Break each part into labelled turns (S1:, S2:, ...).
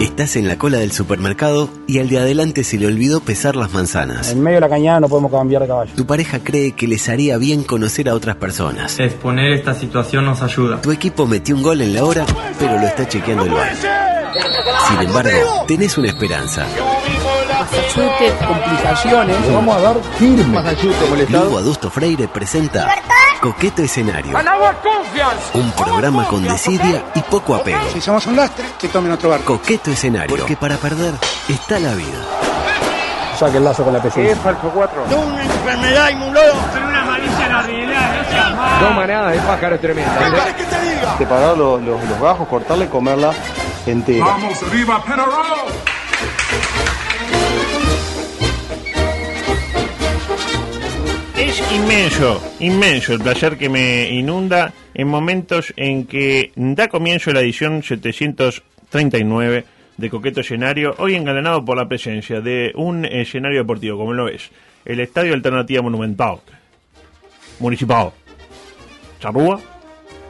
S1: Estás en la cola del supermercado y al de adelante se le olvidó pesar las manzanas.
S2: En medio de la cañada no podemos cambiar de caballo.
S1: Tu pareja cree que les haría bien conocer a otras personas.
S3: Exponer esta situación nos ayuda.
S1: Tu equipo metió un gol en la hora, pero lo está chequeando el bar. Sin embargo, tenés una esperanza.
S2: Chute, complicaciones. Vamos a dar firme.
S1: Luego Adusto Freire presenta Coqueto Escenario. Un programa con desidia y poco apego.
S2: Si somos un lastre, que tomen otro barco.
S1: Coqueto Escenario. Porque para perder está la vida.
S2: Saque el lazo con la pesilla.
S4: separar los, los, los gajos, cortarla y comerla entera.
S5: Es inmenso, inmenso el placer que me inunda en momentos en que da comienzo la edición 739 de Coqueto Escenario, hoy engalanado por la presencia de un escenario deportivo, como lo es, el Estadio Alternativa Monumental, Municipal, Charrúa,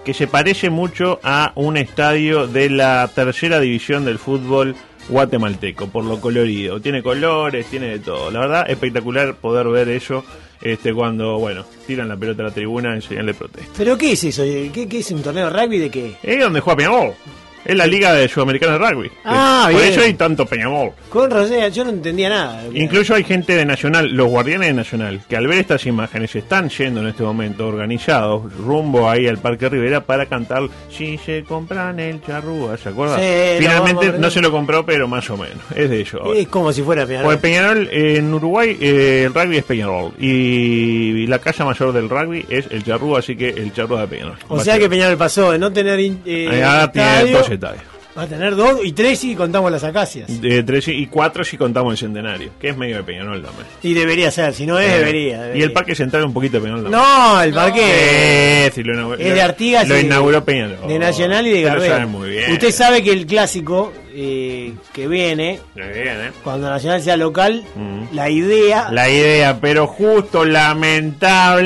S5: que se parece mucho a un estadio de la tercera división del fútbol guatemalteco, por lo colorido. Tiene colores, tiene de todo. La verdad, espectacular poder ver eso este, cuando, bueno, tiran la pelota a la tribuna en señal de protesta.
S6: ¿Pero qué es eso? ¿Qué, qué es un torneo de rugby de qué?
S5: Es donde juega Peñamol. Es la liga de Sudamericana de Rugby.
S6: Ah,
S5: por
S6: bien.
S5: eso hay tanto Peñamol.
S6: Con Rosea yo no entendía nada.
S5: Incluso hay gente de Nacional, los guardianes de Nacional, que al ver estas imágenes están yendo en este momento organizados rumbo ahí al Parque Rivera para cantar Si se compran el charrúa, ¿se acuerdan?
S6: Sí, lo vamos a
S5: Finalmente
S6: aprender.
S5: no se lo compró, pero más o menos. Es de ellos. ahora.
S6: es como si fuera Peñarol.
S5: Porque Peñarol, eh, en Uruguay, eh, el rugby es Peñarol. Y la casa mayor del rugby es el charrúa, así que el charrúa de Peñarol.
S6: o sea que Peñarol pasó de no tener in- eh,
S5: Ahora tiene
S6: estadio
S5: dos estadios.
S6: a tener dos y tres y contamos las acacias.
S5: De tres y cuatro si contamos el centenario, que es medio de Peñarol también.
S6: Y debería ser, si no es, debería,
S5: Eh, Y
S6: debería.
S5: el parque central un poquito de Peñarol también.
S6: No, el parque.
S5: Eh, sí, lo inaugu-
S6: Es de Artigas
S5: Lo
S6: y-
S5: inauguró Peñarol.
S6: De Nacional y de
S5: Usted lo
S6: Garbera.
S5: sabe muy bien.
S6: Usted sabe que el clásico eh, que viene,
S5: Muy bien, ¿eh?
S6: cuando Nacional sea local,
S5: Mm.
S6: la idea.
S5: La idea, pero justo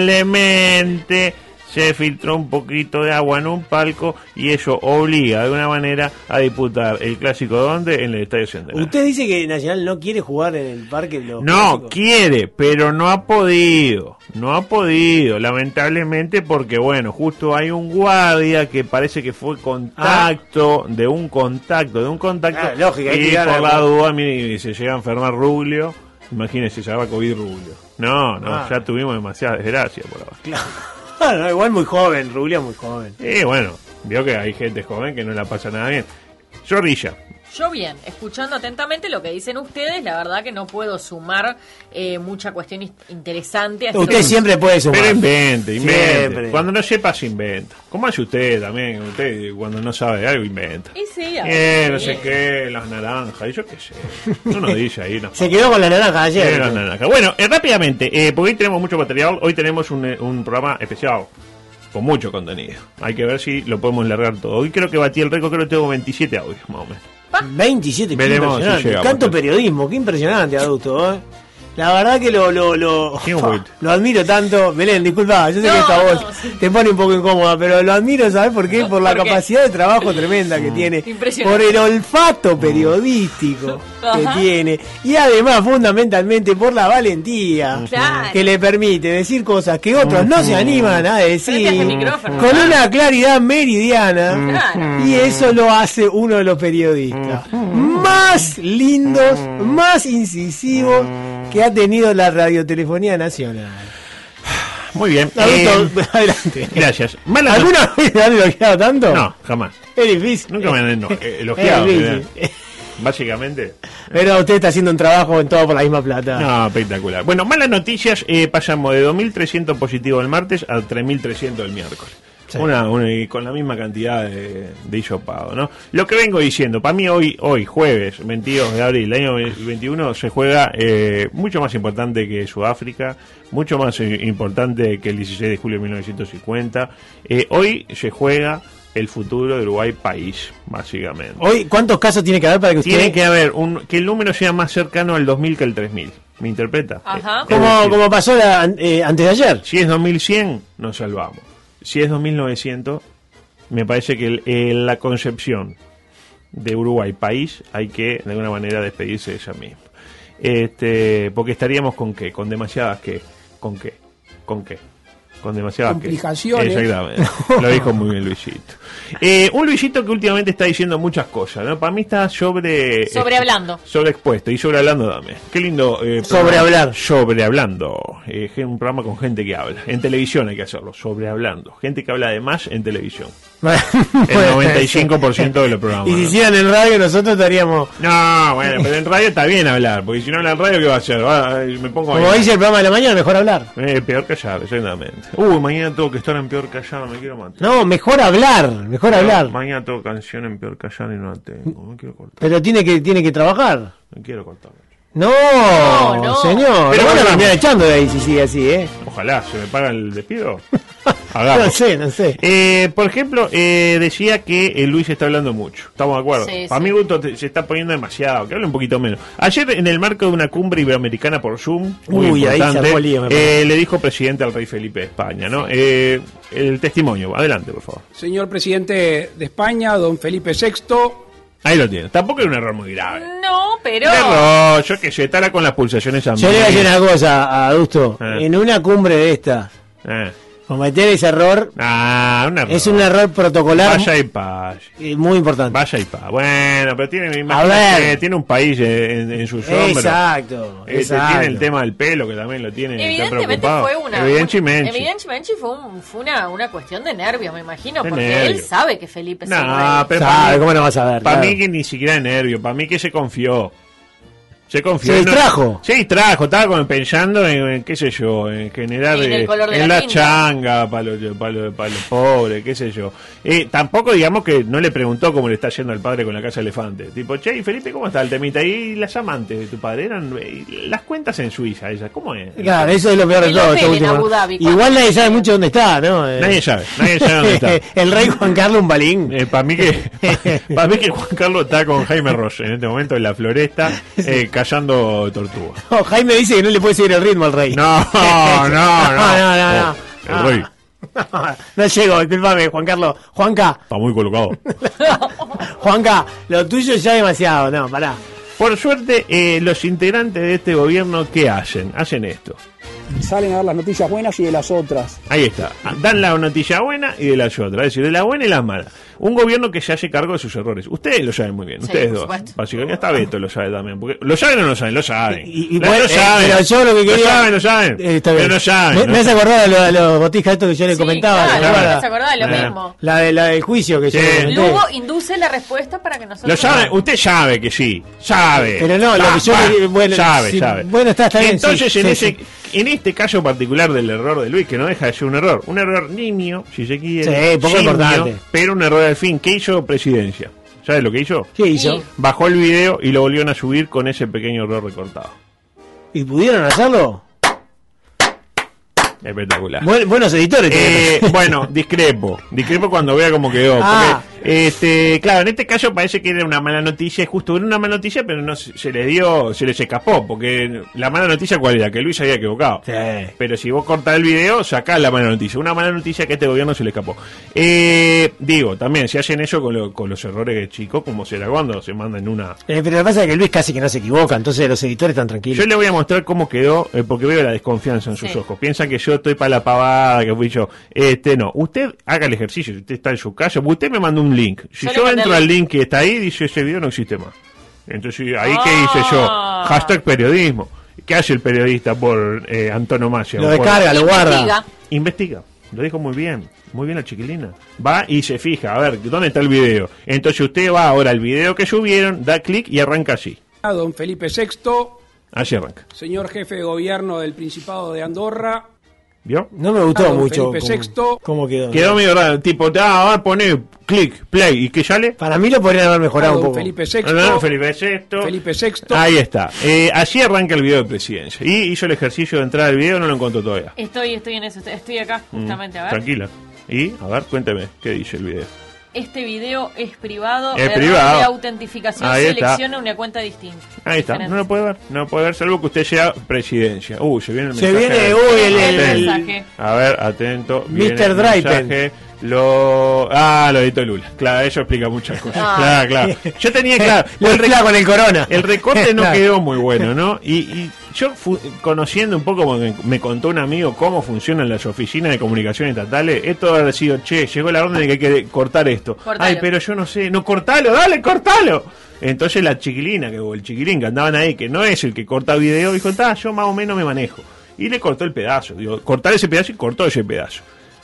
S5: lamentablemente se filtró un poquito de agua en un palco y eso obliga de una manera a disputar el clásico donde en el Estadio Central.
S6: Usted dice que Nacional no quiere jugar en el parque. Los
S5: No,
S6: Clásicos.
S5: quiere, pero no ha podido. No ha podido, lamentablemente, porque bueno, justo hay un guardia que parece que fue contacto de un contacto, de un contacto.
S6: Ah, lógico, hay que
S5: y
S6: llegar
S5: por
S6: a-
S5: la duda, mire, se llega a enfermar Rubio. Imagínese, se va COVID Rubio. No, no,
S6: Ah.
S5: ya tuvimos demasiada desgracia por ahora.
S6: Claro, igual muy joven, Rubio muy joven.
S5: Y bueno, vio que hay gente joven que no la pasa nada bien. Zorrilla,
S7: Yo bien, escuchando atentamente lo que dicen ustedes, la verdad que no puedo sumar eh, mucha cuestión is- interesante. a esto
S6: Usted
S7: que-
S6: siempre puede sumar.
S5: Pero invente, invente.
S6: Siempre.
S5: Cuando no sepa, se inventa. ¿Cómo hace usted también? Usted cuando no sabe de algo, inventa.
S7: Y sí, a
S5: Eh,
S7: ver,
S5: no
S7: sí.
S5: sé qué, las naranjas, y yo qué sé. Uno dice ahí, no.
S6: Se quedó con la naranja ayer.
S5: Eh, las naranjas. Bueno, eh, rápidamente, eh, porque hoy tenemos mucho material, hoy tenemos un, eh, un programa especial con mucho contenido. Hay que ver si lo podemos largar todo. Hoy creo que batí el récord, creo que tengo 27 audios, más o menos.
S6: 27, qué
S5: Veremos si
S6: impresionante.
S5: llegamos.
S6: Tanto periodismo, qué impresionante, adulto. ¿eh? La verdad que lo lo, lo,
S5: Qué bueno.
S6: lo admiro tanto. Belén, disculpa, yo sé que
S7: No,
S6: esta voz
S7: no, sí.
S6: te pone un poco incómoda, pero lo admiro, ¿sabes por qué? Por la
S7: ¿Por qué?
S6: capacidad de trabajo tremenda
S5: Mm.
S6: que tiene.
S7: Impresionante.
S6: Por el olfato periodístico
S7: Ajá.
S6: que tiene. Y además, fundamentalmente, por la valentía
S7: Claro.
S6: que le permite decir cosas que
S5: Mm.
S6: otros no se animan a
S7: Frente a este
S6: decir.
S7: micrófono,
S6: Con
S7: claro.
S6: una claridad meridiana.
S7: Claro.
S6: Y eso lo hace uno de los periodistas
S5: Mm.
S6: más lindos, más incisivos que ha tenido la radiotelefonía nacional.
S5: Muy bien.
S6: Adulto,
S5: eh,
S6: adelante.
S5: gracias. Mala
S6: ¿Alguna vez lo han elogiado tanto?
S5: No, jamás.
S6: Es difícil.
S5: Nunca me han eno- eh, elogiado.
S6: Es
S5: ¿verdad?
S6: difícil.
S5: Básicamente.
S6: Pero usted está haciendo un trabajo en todo por la misma plata.
S5: No, espectacular. Bueno, malas noticias. eh, pasamos de 2.300 positivos el martes a 3.300 el miércoles. Una, una- y con la misma cantidad de, de hisopado, ¿no? Lo que vengo diciendo, para mí hoy, hoy jueves 22 de abril, año 21, se juega eh, mucho más importante que Sudáfrica, mucho más eh, importante que el 16 de julio de 1950. Eh, hoy se juega el futuro de Uruguay país, básicamente.
S6: Hoy, ¿cuántos casos tiene que haber para que usted...
S5: Tiene que haber un, que el número sea más cercano al 2000 que al 3000. ¿Me interpreta?
S7: Ajá.
S5: Eh, es
S6: Como,
S5: decir,
S6: como pasó la- eh, antes de ayer.
S5: si es 2100, nos salvamos. Si es 2900, me parece que el- eh, la concepción de Uruguay país hay que, de alguna manera, despedirse de ella misma. Este, porque estaríamos con qué? Con demasiadas qué? ¿Con qué? ¿Con qué? Con demasiadas qué.
S2: Complicaciones.
S5: Exactamente. Lo dijo muy bien Luisito. Eh, un Luisito que últimamente está diciendo muchas cosas, ¿no? Para mí está sobre... este,
S7: Sobrehablando.
S5: Sobreexpuesto y sobre hablando dame. Qué lindo. eh,
S6: Sobre
S5: programa.
S6: hablar.
S5: Sobre hablando. Eh, gen- un programa con gente que habla. En televisión hay que hacerlo. Sobre hablando. Gente que habla de más en televisión. El 95% de los programas.
S6: Y si
S5: ¿no?
S6: hicieran en radio, nosotros estaríamos...
S5: No, bueno, pero en radio está bien hablar. Porque si no habla en radio, ¿qué va a hacer? Va, eh, me pongo a
S6: Como
S5: bailar.
S6: dice el programa de la mañana, mejor hablar.
S5: Eh, peor callar, exactamente. Uy, mañana tengo que estar en peor callar, me quiero matar.
S6: No, mejor hablar, mejor hablar.
S5: Mañana tengo canción en peor callar y no la tengo. Me quiero cortar.
S6: Pero tiene que, tiene que trabajar.
S5: Me quiero cortar.
S6: No,
S7: no.
S6: señor.
S5: Pero
S6: Pero van a
S5: bueno.
S6: cambiar echando de ahí si sigue así, ¿eh?
S5: Ojalá, ¿se me paga el despido?
S6: No
S5: Hagamos.
S6: sé, no sé.
S5: Eh, por ejemplo, eh, decía que eh, Luis está hablando mucho. Estamos de acuerdo.
S7: Sí,
S5: Para
S7: sí.
S5: mi gusto te- se está poniendo demasiado. Que hable un poquito menos. Ayer, en el marco de una cumbre iberoamericana por Zoom, muy
S6: Uy, ahí se
S5: importante,
S6: armó el lío, me parece.
S5: eh, le dijo presidente al rey Felipe de España. ¿no? Eh, el testimonio, adelante, por favor.
S2: Señor presidente de España, don Felipe VI,
S5: Ahí lo tiene. Tampoco era un error muy grave.
S7: No, pero.
S5: Un error, yo que sé, estará con las pulsaciones a
S6: Yo le voy a decir una cosa a Adusto.
S5: Eh.
S6: En una cumbre de esta,
S5: Eh.
S6: cometer ese error
S5: Ah, un error.
S6: es un error protocolar
S5: Vaya y paz.
S6: eh, muy importante.
S5: Vaya y pa. Bueno, pero tiene,
S6: ver.
S5: imagínate, tiene un país eh, en, en sus hombros.
S6: Exacto,
S5: Este,
S6: exacto.
S5: tiene el tema del pelo que también lo tiene. está
S7: Evidentemente
S5: preocupado.
S7: fue una.
S5: Evidentemente.
S7: Evidentemente fue, un- fue una, una cuestión de nervios, me imagino,
S5: De
S7: porque él
S5: nervios.
S7: sabe que Felipe es el
S5: Nah,
S7: rey.
S5: pero
S6: Sabe,
S5: para mí,
S6: ¿cómo no vas a ver?
S5: para
S6: Claro.
S5: mí que ni siquiera de nervio. Para mí que se confió. Se confió.
S6: Se
S5: No-
S6: distrajo.
S5: se distrajo. Estaba como pensando en, en, qué sé yo, en generar.
S7: En el
S5: eh,
S7: color de
S5: en
S7: la
S5: la,
S7: tinta.
S5: changa para los para los- para los pobres, qué sé yo. Eh, tampoco digamos que no le preguntó cómo le está yendo al padre con la casa elefante. Tipo, che, y Felipe, ¿cómo está el temita? Y las amantes de tu padre eran. eh, las cuentas en Suiza, esas, ¿cómo es?
S6: Claro, eso es lo peor de
S7: El
S6: todo.
S7: hotel
S6: esto
S7: en
S6: último.
S7: Abu Dhabi, ¿cuánto
S6: Igual nadie
S7: tiene?
S6: sabe mucho dónde está, ¿no? Eh,
S5: Nadie sabe, nadie sabe dónde está.
S6: el rey Juan Carlos Umbalín.
S5: para Eh, mí que para mí que Juan Carlos está con Jaime Roche en este momento en la floresta eh, callando tortugas.
S6: No, Jaime dice que no le puede seguir el ritmo al rey.
S5: No, no, no.
S6: no, no, no.
S5: Oh, el rey
S6: No, no llego, disculpame, Juan Carlos. Juanca,
S5: está muy colocado.
S6: Juanca, lo tuyo ya demasiado, no, pará.
S5: Por suerte, eh, los integrantes de este gobierno, ¿qué hacen? Hacen esto.
S2: salen a dar las noticias buenas y de las otras.
S5: Ahí está. Dan la noticia buena y de las otras. Es decir, de la buena y las malas. Un gobierno que se hace cargo de sus errores. Ustedes lo saben muy bien.
S7: Sí,
S5: ustedes
S7: por
S5: dos.
S7: supuesto.
S5: Básicamente hasta Beto lo sabe también. Porque, ¿Lo saben o no saben? Lo saben.
S6: Y- y
S5: Lo-
S6: bueno,
S5: lo
S6: eh, pero yo lo que quería-
S5: saben, lo saben.
S6: Eh, está bien.
S5: Pero no saben.
S6: Me,
S5: no
S6: me hace acordar a lo- a los botijas estos que yo le
S7: Sí,
S6: comentaba.
S7: claro,
S6: ¿te acuerdas?
S7: no se acordaba de lo
S5: Eh.
S7: mismo.
S6: La, de, la del juicio que yo
S5: Sí.
S6: le comenté.
S7: Luego induce la respuesta para que nosotros.
S5: Lo sabe, usted sabe que sí, sabe.
S6: Pero no, lo
S5: Va,
S6: que yo
S5: va,
S6: le- bueno,
S5: sabe,
S6: sí,
S5: sabe.
S6: bueno, está- está bien,
S5: Entonces,
S6: sí,
S5: en,
S6: sí,
S5: ese, en este caso particular del error de Luis, que no deja de ser un error, un error niño, si se quiere.
S6: Sí, poco
S5: simio,
S6: importante.
S5: Pero un error al fin. ¿Qué hizo Presidencia? ¿Sabes lo que hizo?
S6: ¿Qué hizo?
S7: Sí.
S5: Bajó el video y lo volvieron a subir con ese pequeño error recortado.
S6: ¿Y pudieron hacerlo?
S5: Espectacular.
S6: Buen- buenos editores.
S5: Eh,
S6: tienen.
S5: bueno, discrepo. Discrepo cuando vea cómo quedó. porque,
S6: Ah.
S5: este, claro, en este caso parece que era una mala noticia, justo era una mala noticia, pero no se se le dio, se les escapó, porque la mala noticia cuál era, que Luis se había equivocado.
S6: Sí.
S5: Pero si vos cortás el video, sacás la mala noticia. Una mala noticia que a este gobierno se le escapó. Eh, digo, también, si hacen eso con, lo- con los errores de chicos, como será cuando se mandan una...
S6: Eh, pero lo que pasa es que Luis casi que no se equivoca, entonces los editores están tranquilos.
S5: Yo le voy a mostrar cómo quedó, eh, porque veo la desconfianza en sus
S7: Sí.
S5: ojos. Piensa que yo estoy para la pavada, que fui yo. Este, no. Usted haga el ejercicio, si usted está en su casa, usted me mandó un link. Si
S7: Yo
S5: yo,
S7: le mandé
S5: entro
S7: el
S5: al link que está ahí, dice ese video no existe más. Entonces, ahí que
S7: Ah.
S5: hice yo, hashtag periodismo. ¿Qué hace el periodista por eh, antonomasia?
S6: Lo
S5: Por-
S6: descarga, lo guarda.
S7: Investiga.
S5: Investiga. Lo dijo muy bien. Muy bien la chiquilina. Va y se fija, a ver, ¿dónde está el video? Entonces usted va ahora al video que subieron, da clic y arranca así.
S2: A don Felipe VI,
S5: Así arranca.
S2: señor jefe de gobierno del Principado de Andorra,
S5: ¿Vio?
S6: No me gustó
S8: Claro,
S6: mucho.
S8: Felipe
S6: cómo-
S8: sexto.
S6: ¿Cómo quedó?
S5: Quedó medio raro, tipo, ah, ahora pone clic, play, y que sale.
S6: Para mí lo podrían haber mejorado
S8: Don
S6: un poco.
S8: Felipe VI.
S5: Ah, Felipe VI.
S8: Felipe VI.
S5: Ahí está. Eh, allí arranca el video de presidencia. Y hizo el ejercicio de entrar al video, no lo encontró todavía. Mm,
S7: Estoy, estoy en eso, estoy acá Eh,
S6: Mm,
S7: justamente, a ver.
S5: Tranquila. Y, a ver, cuénteme, ¿qué dice el video?
S7: Este video es privado,
S5: Es
S7: error
S5: privado.
S7: de autentificación,
S5: Ahí está.
S7: selecciona una cuenta distinta.
S5: Ahí está, no lo puede ver, no lo puede ver, salvo que usted sea presidencia. Uy, se viene el
S6: Se
S5: mensaje.
S6: viene, uy, el-
S7: El
S6: el-
S7: mensaje.
S5: A ver, atento. viene
S6: Mr.
S5: el
S6: Draper.
S5: mensaje. Lo... Ah, lo editó Lula. Claro, eso explica muchas cosas. Claro, claro. Yo tenía claro.
S6: Ah. Lo
S5: el,
S6: mezcla
S5: rec-
S6: con el corona.
S5: el recorte no
S6: Claro.
S5: quedó muy bueno, ¿no? Y, y yo, fu- conociendo un poco, como me, me contó un amigo cómo funcionan las oficinas de comunicación estatales, esto ha sido, che, llegó la orden de que hay que cortar esto.
S7: Cortalo.
S5: Ay, pero yo no sé. No, cortalo, dale, cortalo. Entonces la chiquilina que, o el chiquilín que andaban ahí, que no es el que corta video, dijo, está, yo más o menos me manejo. Y le cortó el pedazo. Digo, cortar ese pedazo y cortó ese pedazo.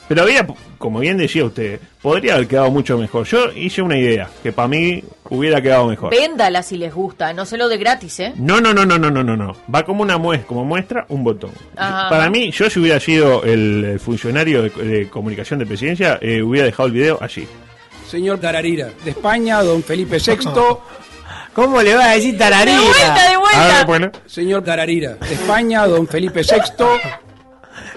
S5: Pero había, como bien decía usted, podría haber quedado mucho mejor. Yo hice una idea que para mí hubiera quedado mejor.
S7: Véndala si les gusta, no se lo de gratis, ¿eh?
S5: No, no, no, no, no, no, no, no. Va como una muestra, como muestra un botón.
S7: Ajá.
S5: Para mí, yo si hubiera sido el funcionario de, de comunicación de presidencia, eh, hubiera dejado el video allí.
S8: Señor Dararira. De España, don Felipe VI.
S6: ¿Cómo le va a decir
S7: De
S6: tararita?
S7: vuelta, de
S5: A ver,
S7: vuelta.
S5: bueno.
S8: Señor Dararira. De España, don Felipe VI.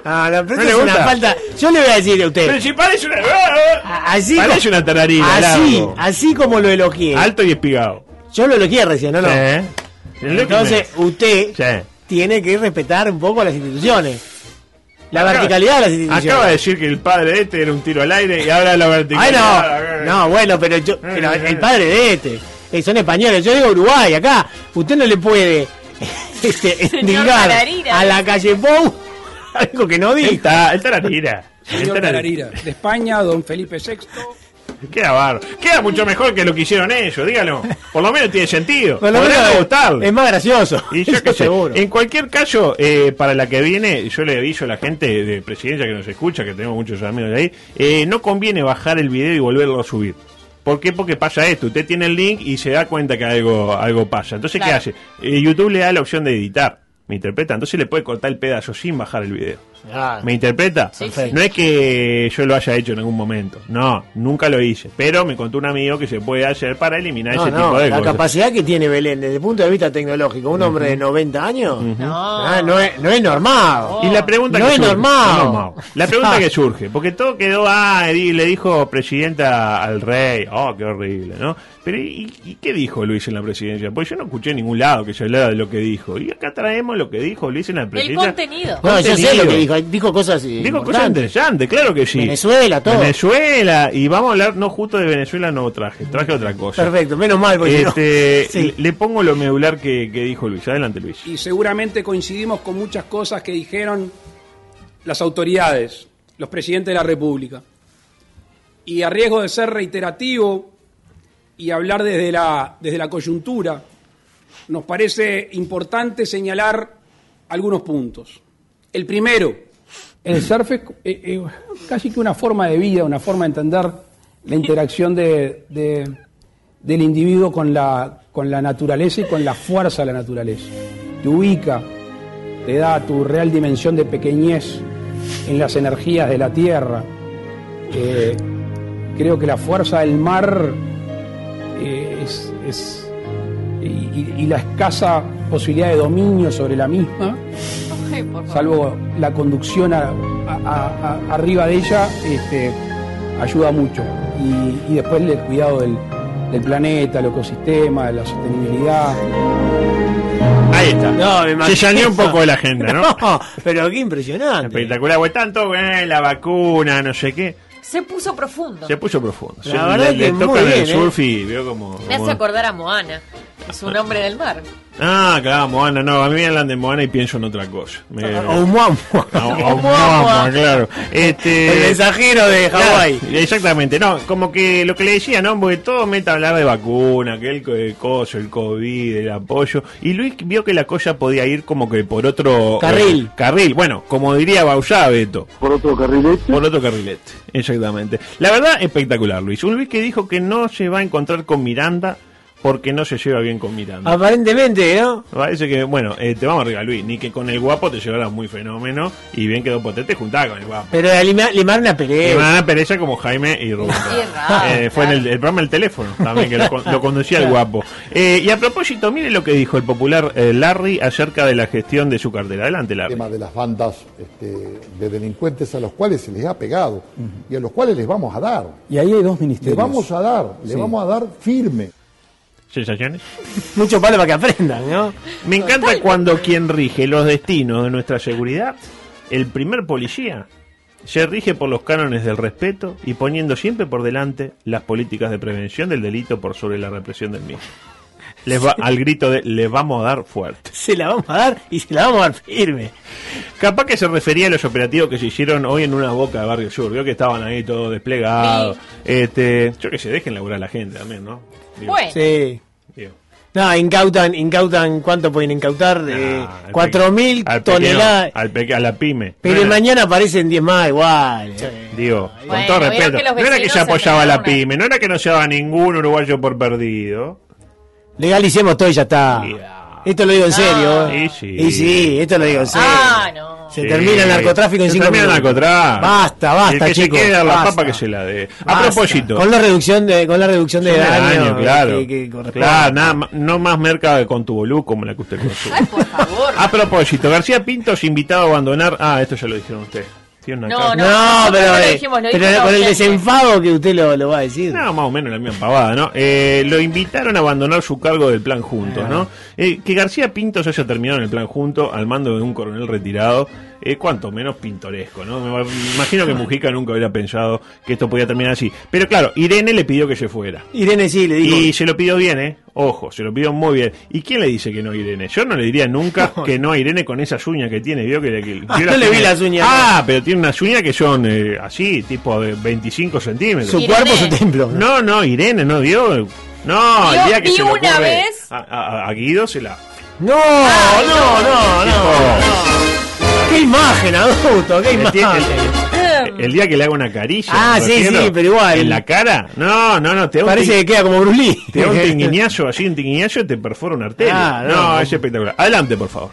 S6: Ah, no, pero
S5: ¿No
S6: esto
S5: le
S6: es una
S5: gusta?
S6: falta. Yo le voy a decir a usted.
S5: Pero si parece una. Ah.
S6: a- Así,
S5: Parece
S6: co-
S5: una tararina.
S6: así,
S5: largo.
S6: así como lo elogié.
S5: Alto y espigado.
S6: Yo lo elogié recién, ¿no? no.
S5: Sí. Es lo que
S6: Entonces, usted
S5: Sí.
S6: tiene que respetar un poco las instituciones. La
S5: Acaba-
S6: verticalidad de las
S5: me- Acaba de
S6: instituciones.
S5: decir que el padre de este era un tiro al aire y ahora la
S6: Ay,
S5: verticalidad.
S6: no. No, bueno, pero,
S5: Eh,
S6: yo, pero el padre de este. eh, son españoles. Yo digo Uruguay, acá. Usted no le puede este, endilgar
S7: Tararira.
S6: a la calle Pou algo que no
S5: El,
S6: dijo.
S5: ta- el tararira. El
S8: Señor
S5: tararira.
S8: Dararira. De España, don Felipe VI.
S5: Queda barro. Queda mucho mejor que lo que hicieron ellos, dígalo. Por lo menos tiene sentido.
S6: Por lo
S5: Podría
S6: menos
S5: no
S6: es-
S5: gustarle.
S6: Es más gracioso.
S5: Y yo
S6: Eso
S5: qué sé,
S6: seguro.
S5: en cualquier caso, eh, para la que viene, yo le aviso a la gente de presidencia que nos escucha, que tenemos muchos amigos de ahí, eh, no conviene bajar el video y volverlo a subir. ¿Por qué? Porque pasa esto, usted tiene el link y se da cuenta que algo, algo pasa. Entonces,
S7: Claro.
S5: ¿qué hace? Eh, YouTube le da la opción de editar, me interpreta, entonces le puede cortar el pedazo sin bajar el video.
S6: Ah.
S5: ¿Me interpreta?
S7: Sí, sí.
S5: No es que yo lo haya hecho en algún momento. No, nunca lo hice. Pero me contó un amigo que se puede hacer para eliminar
S6: No,
S5: ese
S6: no,
S5: tipo de
S6: la
S5: cosas.
S6: capacidad que tiene Belén desde el punto de vista tecnológico, un hombre de 90 años,
S7: No.
S6: ah, no, es, no es normal.
S5: Y la pregunta
S6: No
S5: que
S6: es
S5: surge,
S6: normal.
S5: no es normal. La pregunta
S6: Ah.
S5: que surge, porque todo quedó, ah, y le dijo presidenta al rey, oh, qué horrible, ¿no? Pero ¿y, y qué dijo Luis en la presidencia? Pues yo no escuché en ningún lado que se hablara de lo que dijo. Y acá traemos lo que dijo Luis en la
S7: El
S5: presidencia.
S7: contenido.
S6: No, yo sé lo
S5: contenido.
S6: que dijo, dijo cosas eh,
S5: Digo cosas
S6: importantes.
S5: interesantes, claro que sí.
S6: Venezuela, todo.
S5: Venezuela, y vamos a hablar, no justo de Venezuela, no traje, traje otra cosa.
S6: Perfecto, menos mal porque si no-
S5: Este,
S6: Sí.
S5: Le pongo lo medular que, que dijo Luis. Adelante, Luis.
S8: Y seguramente coincidimos con muchas cosas que dijeron las autoridades, los presidentes de la República. Y a riesgo de ser reiterativo y hablar desde la, desde la coyuntura, nos parece importante señalar algunos puntos. El primero, el surf es eh, eh, casi que una forma de vida, una forma de entender la interacción de- de- del individuo con la, con la naturaleza y con la fuerza de la naturaleza. Te ubica, te da tu real dimensión de pequeñez en las energías de la tierra. Eh, creo que la fuerza del mar eh, es- es, y, y- y la escasa posibilidad de dominio sobre la misma
S7: Ay, por favor.
S8: salvo la conducción a- a- a- a- arriba de ella, este, ayuda mucho. Y, y después el cuidado del, del planeta, el ecosistema, la sostenibilidad.
S5: Ahí está.
S6: No, me imagino.
S5: Se llaneó un poco la agenda, ¿no?
S6: No, pero qué impresionante.
S5: Espectacular, güey. Tanto, eh, la vacuna, no sé qué.
S7: Se puso profundo.
S5: Se puso profundo.
S6: La
S5: Se-
S6: verdad
S5: le,
S6: que
S5: le
S6: muy
S5: tocan
S6: bien,
S5: el
S6: eh.
S5: surf y veo como.
S7: Me hace
S5: como-
S7: acordar a Moana. Es un hombre del mar.
S5: Ah, claro, Moana. No, a mí me hablan de Moana y pienso en otra cosa. Me-
S6: O un muam, muam.
S5: Ah, ah, Moana, claro.
S6: El
S5: Este.
S6: mensajero de Hawái.
S5: Claro, exactamente, no, como que lo que le decía, ¿no? Porque todo meta hablar de vacuna, que el, co- el coso, el COVID, el apoyo. Y Luis vio que la cosa podía ir como que por otro
S6: Carril.
S5: eh, carril, bueno, como diría Bausá, Beto.
S4: Por otro carrilete.
S5: Por otro carrilete, exactamente. La verdad, espectacular, Luis. Un Luis que dijo que no se va a encontrar con Miranda porque no se lleva bien con Miranda.
S6: Aparentemente, ¿no?
S5: Parece que, bueno, eh, te vamos arriba, Luis. Ni que con el guapo te llevaras muy fenómeno. Y bien quedó potente juntada con el guapo.
S6: Pero a lima- limar una
S5: Y
S6: pelea.
S5: Banana Pereza como Jaime y Rubén.
S7: raro,
S5: Eh, fue en el, el programa El Teléfono también, que lo, con- lo conducía el guapo. Eh, y a propósito, mire lo que dijo el popular eh, Larry acerca de la gestión de su cartera. Adelante,
S9: el
S5: Larry.
S9: tema de las bandas este, de delincuentes a los cuales se les ha pegado y a los cuales les vamos a dar.
S2: Y ahí hay dos
S9: Le
S2: ministerios.
S9: vamos a dar, le
S2: Sí.
S9: vamos a dar firme.
S5: ¿Sensaciones?
S6: Mucho palo para que aprendan, ¿no?
S5: Me encanta cuando quien rige los destinos de nuestra seguridad, el primer policía, se rige por los cánones del respeto y poniendo siempre por delante las políticas de prevención del delito por sobre la represión del mismo. Les va, al grito de le vamos a dar fuerte.
S6: Se la vamos a dar y se la vamos a dar firme.
S5: Capaz que se refería a los operativos que se hicieron hoy en una boca de Barrio Sur. Vio que estaban ahí todos desplegados.
S7: Sí.
S5: Este, yo que se dejen laburar a la gente también, ¿no? Digo,
S7: Bueno,
S6: Sí.
S5: digo.
S6: No, incautan, incautan, ¿cuánto pueden incautar? Eh,
S5: Ah, al peque-
S6: 4.000
S5: al
S6: toneladas.
S5: pequeño, al peque- a la pyme.
S6: Pero
S5: No era-
S6: mañana aparecen 10 más igual. eh.
S5: Digo, con
S7: Bueno,
S5: todo
S7: vieron
S5: respeto,
S7: que los
S5: no era que
S7: vecinos
S5: se apoyaba a la
S7: se enteraron.
S5: pyme, no era que no se daba ningún uruguayo por perdido.
S6: Legalicemos todo y ya está.
S5: Ya.
S6: Esto lo digo en serio. eh.
S5: Y sí.
S6: Ah. Y sí, esto lo digo en serio.
S7: ah, no.
S6: Se
S5: Sí.
S6: termina el narcotráfico en
S5: Se
S6: 5
S5: termina
S6: minutos.
S5: el narcotráfico.
S6: Basta,
S5: El
S6: basta,
S5: que
S6: chicos.
S5: se quede la
S6: basta.
S5: papa que se la dé. A
S6: Basta.
S5: propósito.
S6: Con la reducción de, con la reducción de
S5: Son de
S6: daño. eh,
S5: daño, claro.
S6: que- que corresponde.
S5: Claro, nada ma- no más merca con tu bolú como la que usted consume.
S7: Ay, por favor.
S5: A propósito, García Pintos invitado a abandonar. Ah, esto ya lo dijeron ustedes. Tiene una
S7: No,
S5: cara-
S7: no.
S6: No, pero,
S7: no lo
S6: eh,
S7: dijimos, lo
S6: pero
S7: dijo
S6: con el
S7: Claudia.
S6: desenfado que usted lo, lo va a decir.
S5: No, más o menos la misma pavada, ¿no? Eh, lo invitaron a abandonar su cargo del plan juntos, ¿no? Eh, que García Pintos haya terminado en el plan junto al mando de un coronel retirado, eh, cuanto menos pintoresco, ¿no? Me imagino que Mujica nunca hubiera pensado que esto podía terminar así. Pero claro, Irene le pidió que se fuera.
S6: Irene sí le digo.
S5: Y se lo pidió bien, ¿eh? Ojo, se lo pidió muy bien. ¿Y quién le dice que no a Irene? Yo no le diría nunca que no a Irene con esas uñas que tiene. Vio que, que- que
S6: Ah,
S5: yo
S6: no
S5: las
S6: le vi
S5: uñas-
S6: las uñas,
S5: Ah, pero tiene unas uñas que son eh, así, tipo de 25 centímetros.
S6: su
S7: Irene.
S6: cuerpo su templo.
S5: No, no, Irene, no dio. No,
S7: Dio-
S5: el día que
S7: dio
S5: se le
S7: una
S5: ocurre
S7: vez.
S5: A, a- a Guido se la.
S6: No,
S7: Ay,
S6: no, no, no, Qué imagen, adulto, qué
S5: El, día-
S6: imagen.
S5: el- el día que le haga una caricia.
S6: Ah,
S5: me
S6: sí,
S5: refiero,
S6: sí, pero igual.
S5: En la cara. No, no, no, te da un
S6: Parece que queda como Bruce Lee.
S5: Te da un tinguiñazo, así un tinguiñazo te perfora una arteria.
S6: Ah,
S5: no,
S6: no,
S5: es espectacular. Adelante, por favor.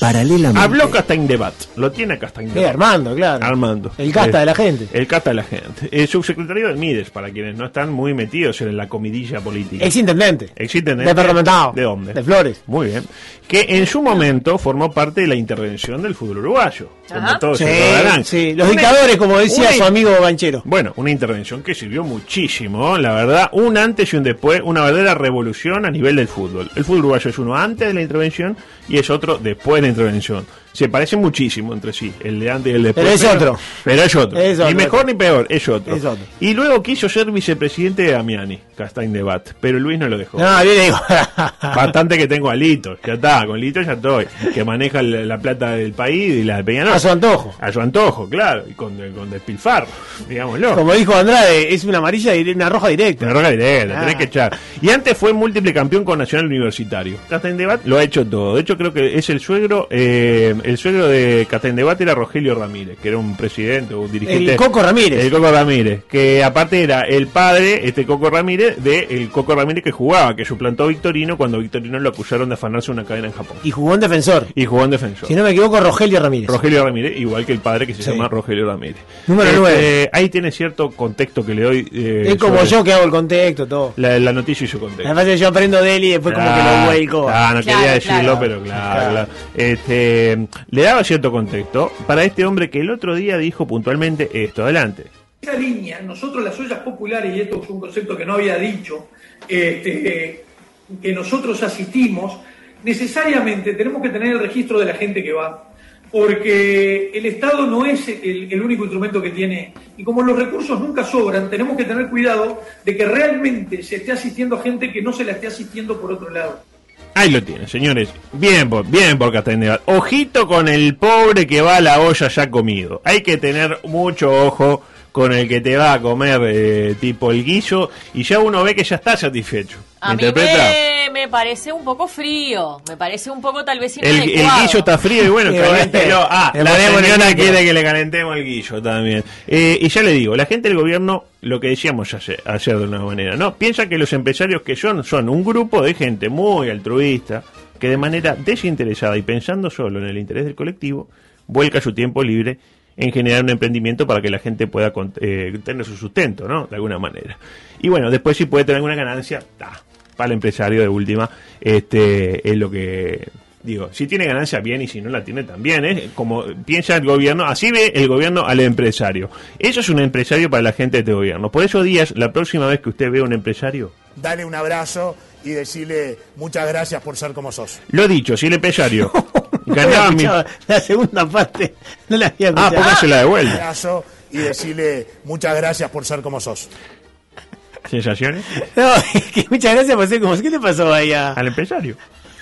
S1: Paralelamente.
S5: Habló Castaindebat. Lo tiene Castaindebat.
S6: Eh, Armando, claro.
S5: Armando.
S6: El casta
S5: Eh,
S6: de la gente.
S5: El casta de la gente. El subsecretario del Mides, para quienes no están muy metidos en la comidilla política.
S6: Ex intendente.
S5: Existen ¿eh?
S6: De Parlamentado.
S5: ¿De dónde?
S6: De Flores.
S5: Muy bien. Que en su momento formó parte de la intervención del fútbol uruguayo. Como
S7: Ajá.
S5: todos
S6: Sí,
S5: se acordarán.
S6: sí, Los
S5: Una-
S6: dictadores, como decía
S5: una-
S6: su amigo Banchero.
S5: Bueno, una intervención que sirvió muchísimo, la verdad, un antes y un después, una verdadera revolución a nivel del fútbol. El fútbol uruguayo es uno antes de la intervención y es otro después de la intervención. Se parecen muchísimo entre sí, el de antes y el después.
S6: Pero es otro.
S5: Pero es otro.
S6: Es
S5: ni
S6: otro.
S5: mejor ni peor, es otro.
S6: Es otro.
S5: Y luego quiso ser vicepresidente de Damiani, Castain Debat, pero Luis no lo dejó.
S6: No, yo le digo.
S5: Bastante que tengo a Lito, ya está, con Lito ya estoy, que maneja la, la plata del país y la de Peñarol.
S6: A su antojo.
S5: A su antojo, claro, y con, con despilfarro, digámoslo.
S6: Como dijo Andrade, es una amarilla y una roja directa.
S5: Te roga directa,
S6: Ah.
S5: tenés que echar. Y antes fue múltiple campeón con Nacional Universitario. Catendebat lo ha hecho todo. De hecho, creo que es el suegro. eh, el suegro de Catendebat era Rogelio Ramírez, que era un presidente o un dirigente.
S6: El Coco Ramírez.
S5: El Coco Ramírez. Que aparte era el padre, este Coco Ramírez, de el Coco Ramírez que jugaba, que suplantó a Victorino cuando Victorino lo acusaron de afanarse una cadena en Japón.
S6: Y jugó en defensor.
S5: Y jugó en defensor.
S6: Si no me equivoco, Rogelio Ramírez.
S5: Rogelio Ramírez, igual que el padre que se llama Rogelio Ramírez.
S6: Número
S5: Este,
S6: nueve.
S5: Ahí tiene cierto contexto que le doy. eh,
S6: es como
S5: sobre
S6: yo que hago el contexto, todo.
S5: La, la noticia y su contexto.
S6: La verdad es que yo aprendo de él y después como que lo vuelco.
S5: Ah, no
S7: Claro,
S5: quería decirlo,
S7: claro.
S5: pero claro, claro. Este, le daba cierto contexto para este hombre que el otro día dijo puntualmente esto. Adelante.
S10: esa línea, nosotros las ollas populares, y esto es un concepto que no había dicho, este, que nosotros asistimos, necesariamente tenemos que tener el registro de la gente que va, porque el Estado no es el, el único instrumento que tiene, y como los recursos nunca sobran, tenemos que tener cuidado de que realmente se esté asistiendo a gente que no se la esté asistiendo por otro lado.
S5: Ahí lo tienen, señores. Bien por, bien por Castañeda. Ojito con el pobre que va a la olla ya comido. Hay que tener mucho ojo con el que te va a comer eh, tipo el guiso y ya uno ve que ya está satisfecho. ¿Me
S7: A mí
S5: interpreta?
S7: me, me parece un poco frío, me parece un poco tal vez
S5: El, el
S7: inadecuado.
S5: guillo está frío y bueno,
S6: Sí, obviamente.
S5: caléntelo. Ah,
S6: Le
S5: la
S6: ponemos el
S5: señora
S6: guillo.
S5: quiere que le calentemos el guillo también. Eh, y ya le digo, la gente del gobierno, lo que decíamos ayer, ayer de una manera, ¿no? Piensa que los empresarios que son, son un grupo de gente muy altruista, que de manera desinteresada y pensando solo en el interés del colectivo, vuelca su tiempo libre en generar un emprendimiento para que la gente pueda con- eh, tener su sustento, ¿no? De alguna manera. Y bueno, después si puede tener alguna ganancia, ta, para el empresario de última, este es lo que digo, si tiene ganancia bien y si no la tiene también, ¿eh? como piensa el gobierno, así ve el gobierno al empresario. Eso es un empresario para la gente de este gobierno. Por eso Díaz, la próxima vez que usted vea un empresario,
S11: Dale un abrazo y decirle muchas gracias por ser como sos.
S5: lo dicho, si el empresario ganaba mi-
S6: Escuchaba La segunda parte no la había
S5: Ah,
S6: escuchado.
S5: póngasela de
S11: Un
S5: vuelta.
S11: abrazo y decirle muchas gracias por ser como sos.
S5: ¿Sensaciones?
S6: No, es que muchas gracias por ser como. ¿Qué le pasó ahí a
S5: Al empresario.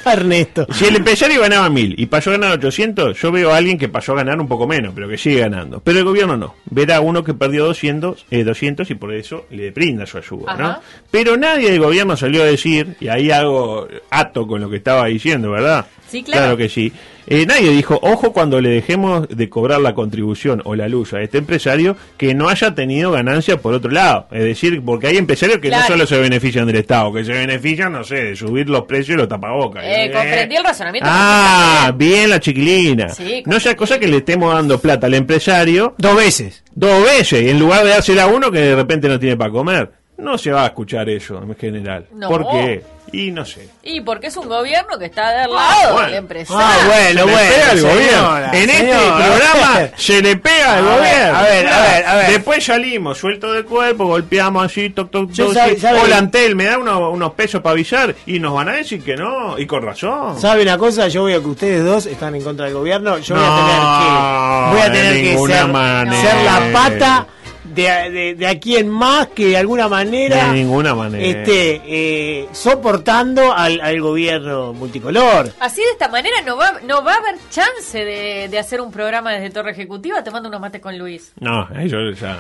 S6: a Ernesto?
S5: Si el empresario ganaba mil y pasó a ganar 800, yo veo a alguien que pasó a ganar un poco menos, pero que sigue ganando. Pero el gobierno no. Verá a uno que perdió 200, eh, 200 y por eso le brinda su ayuda. ¿no?
S7: Ajá.
S5: Pero nadie del gobierno salió a decir, y ahí hago ato con lo que estaba diciendo, ¿verdad?
S7: Sí, claro.
S5: que sí. Eh, nadie dijo, ojo cuando le dejemos de cobrar la contribución o la luz a este empresario que no haya tenido ganancia por otro lado. Es decir, porque hay empresarios que no
S7: Claro.
S5: solo se benefician del Estado, que se benefician, no sé, de subir los precios y los tapabocas.
S7: Eh, comprendí el razonamiento.
S5: Ah, bien la chiquilina.
S7: Sí,
S5: no sea cosa que le estemos dando plata al empresario
S6: Dos veces.
S5: dos veces, en lugar de dársela a uno que de repente no tiene para comer. No se va a escuchar eso en general.
S7: No.
S5: ¿Por qué? Y no sé.
S7: Y porque es un gobierno que está del lado
S5: Ah, bueno.
S7: del empresario.
S6: Ah, bueno,
S5: Se le
S6: bueno.
S5: pega al
S6: señora,
S5: gobierno. En
S6: señora.
S5: este programa se le pega
S6: A
S5: al
S6: ver,
S5: gobierno.
S6: a ver, a ver, a ver.
S5: Después salimos, suelto de cuerpo, golpeamos así, toc, toc,
S6: Yo
S5: toc.
S6: sabe-
S5: sí.
S6: sabe-
S5: Hola, Antel, me da uno- unos pesos para avisar y nos van a decir que no, y con razón.
S6: ¿Sabe una cosa? Yo veo que ustedes dos están en contra del gobierno. Yo voy
S5: No,
S6: a tener que, voy a
S5: de
S6: tener que
S5: ninguna
S6: ser,
S5: manera.
S6: ser la pata de, de, de a quien más que de alguna manera
S5: De ninguna manera.
S6: esté eh, soportando al, al gobierno multicolor.
S7: Así de esta manera no va, no va a haber chance de, de hacer un programa desde Torre Ejecutiva tomando unos mates con Luis.
S5: No, eh, yo ya.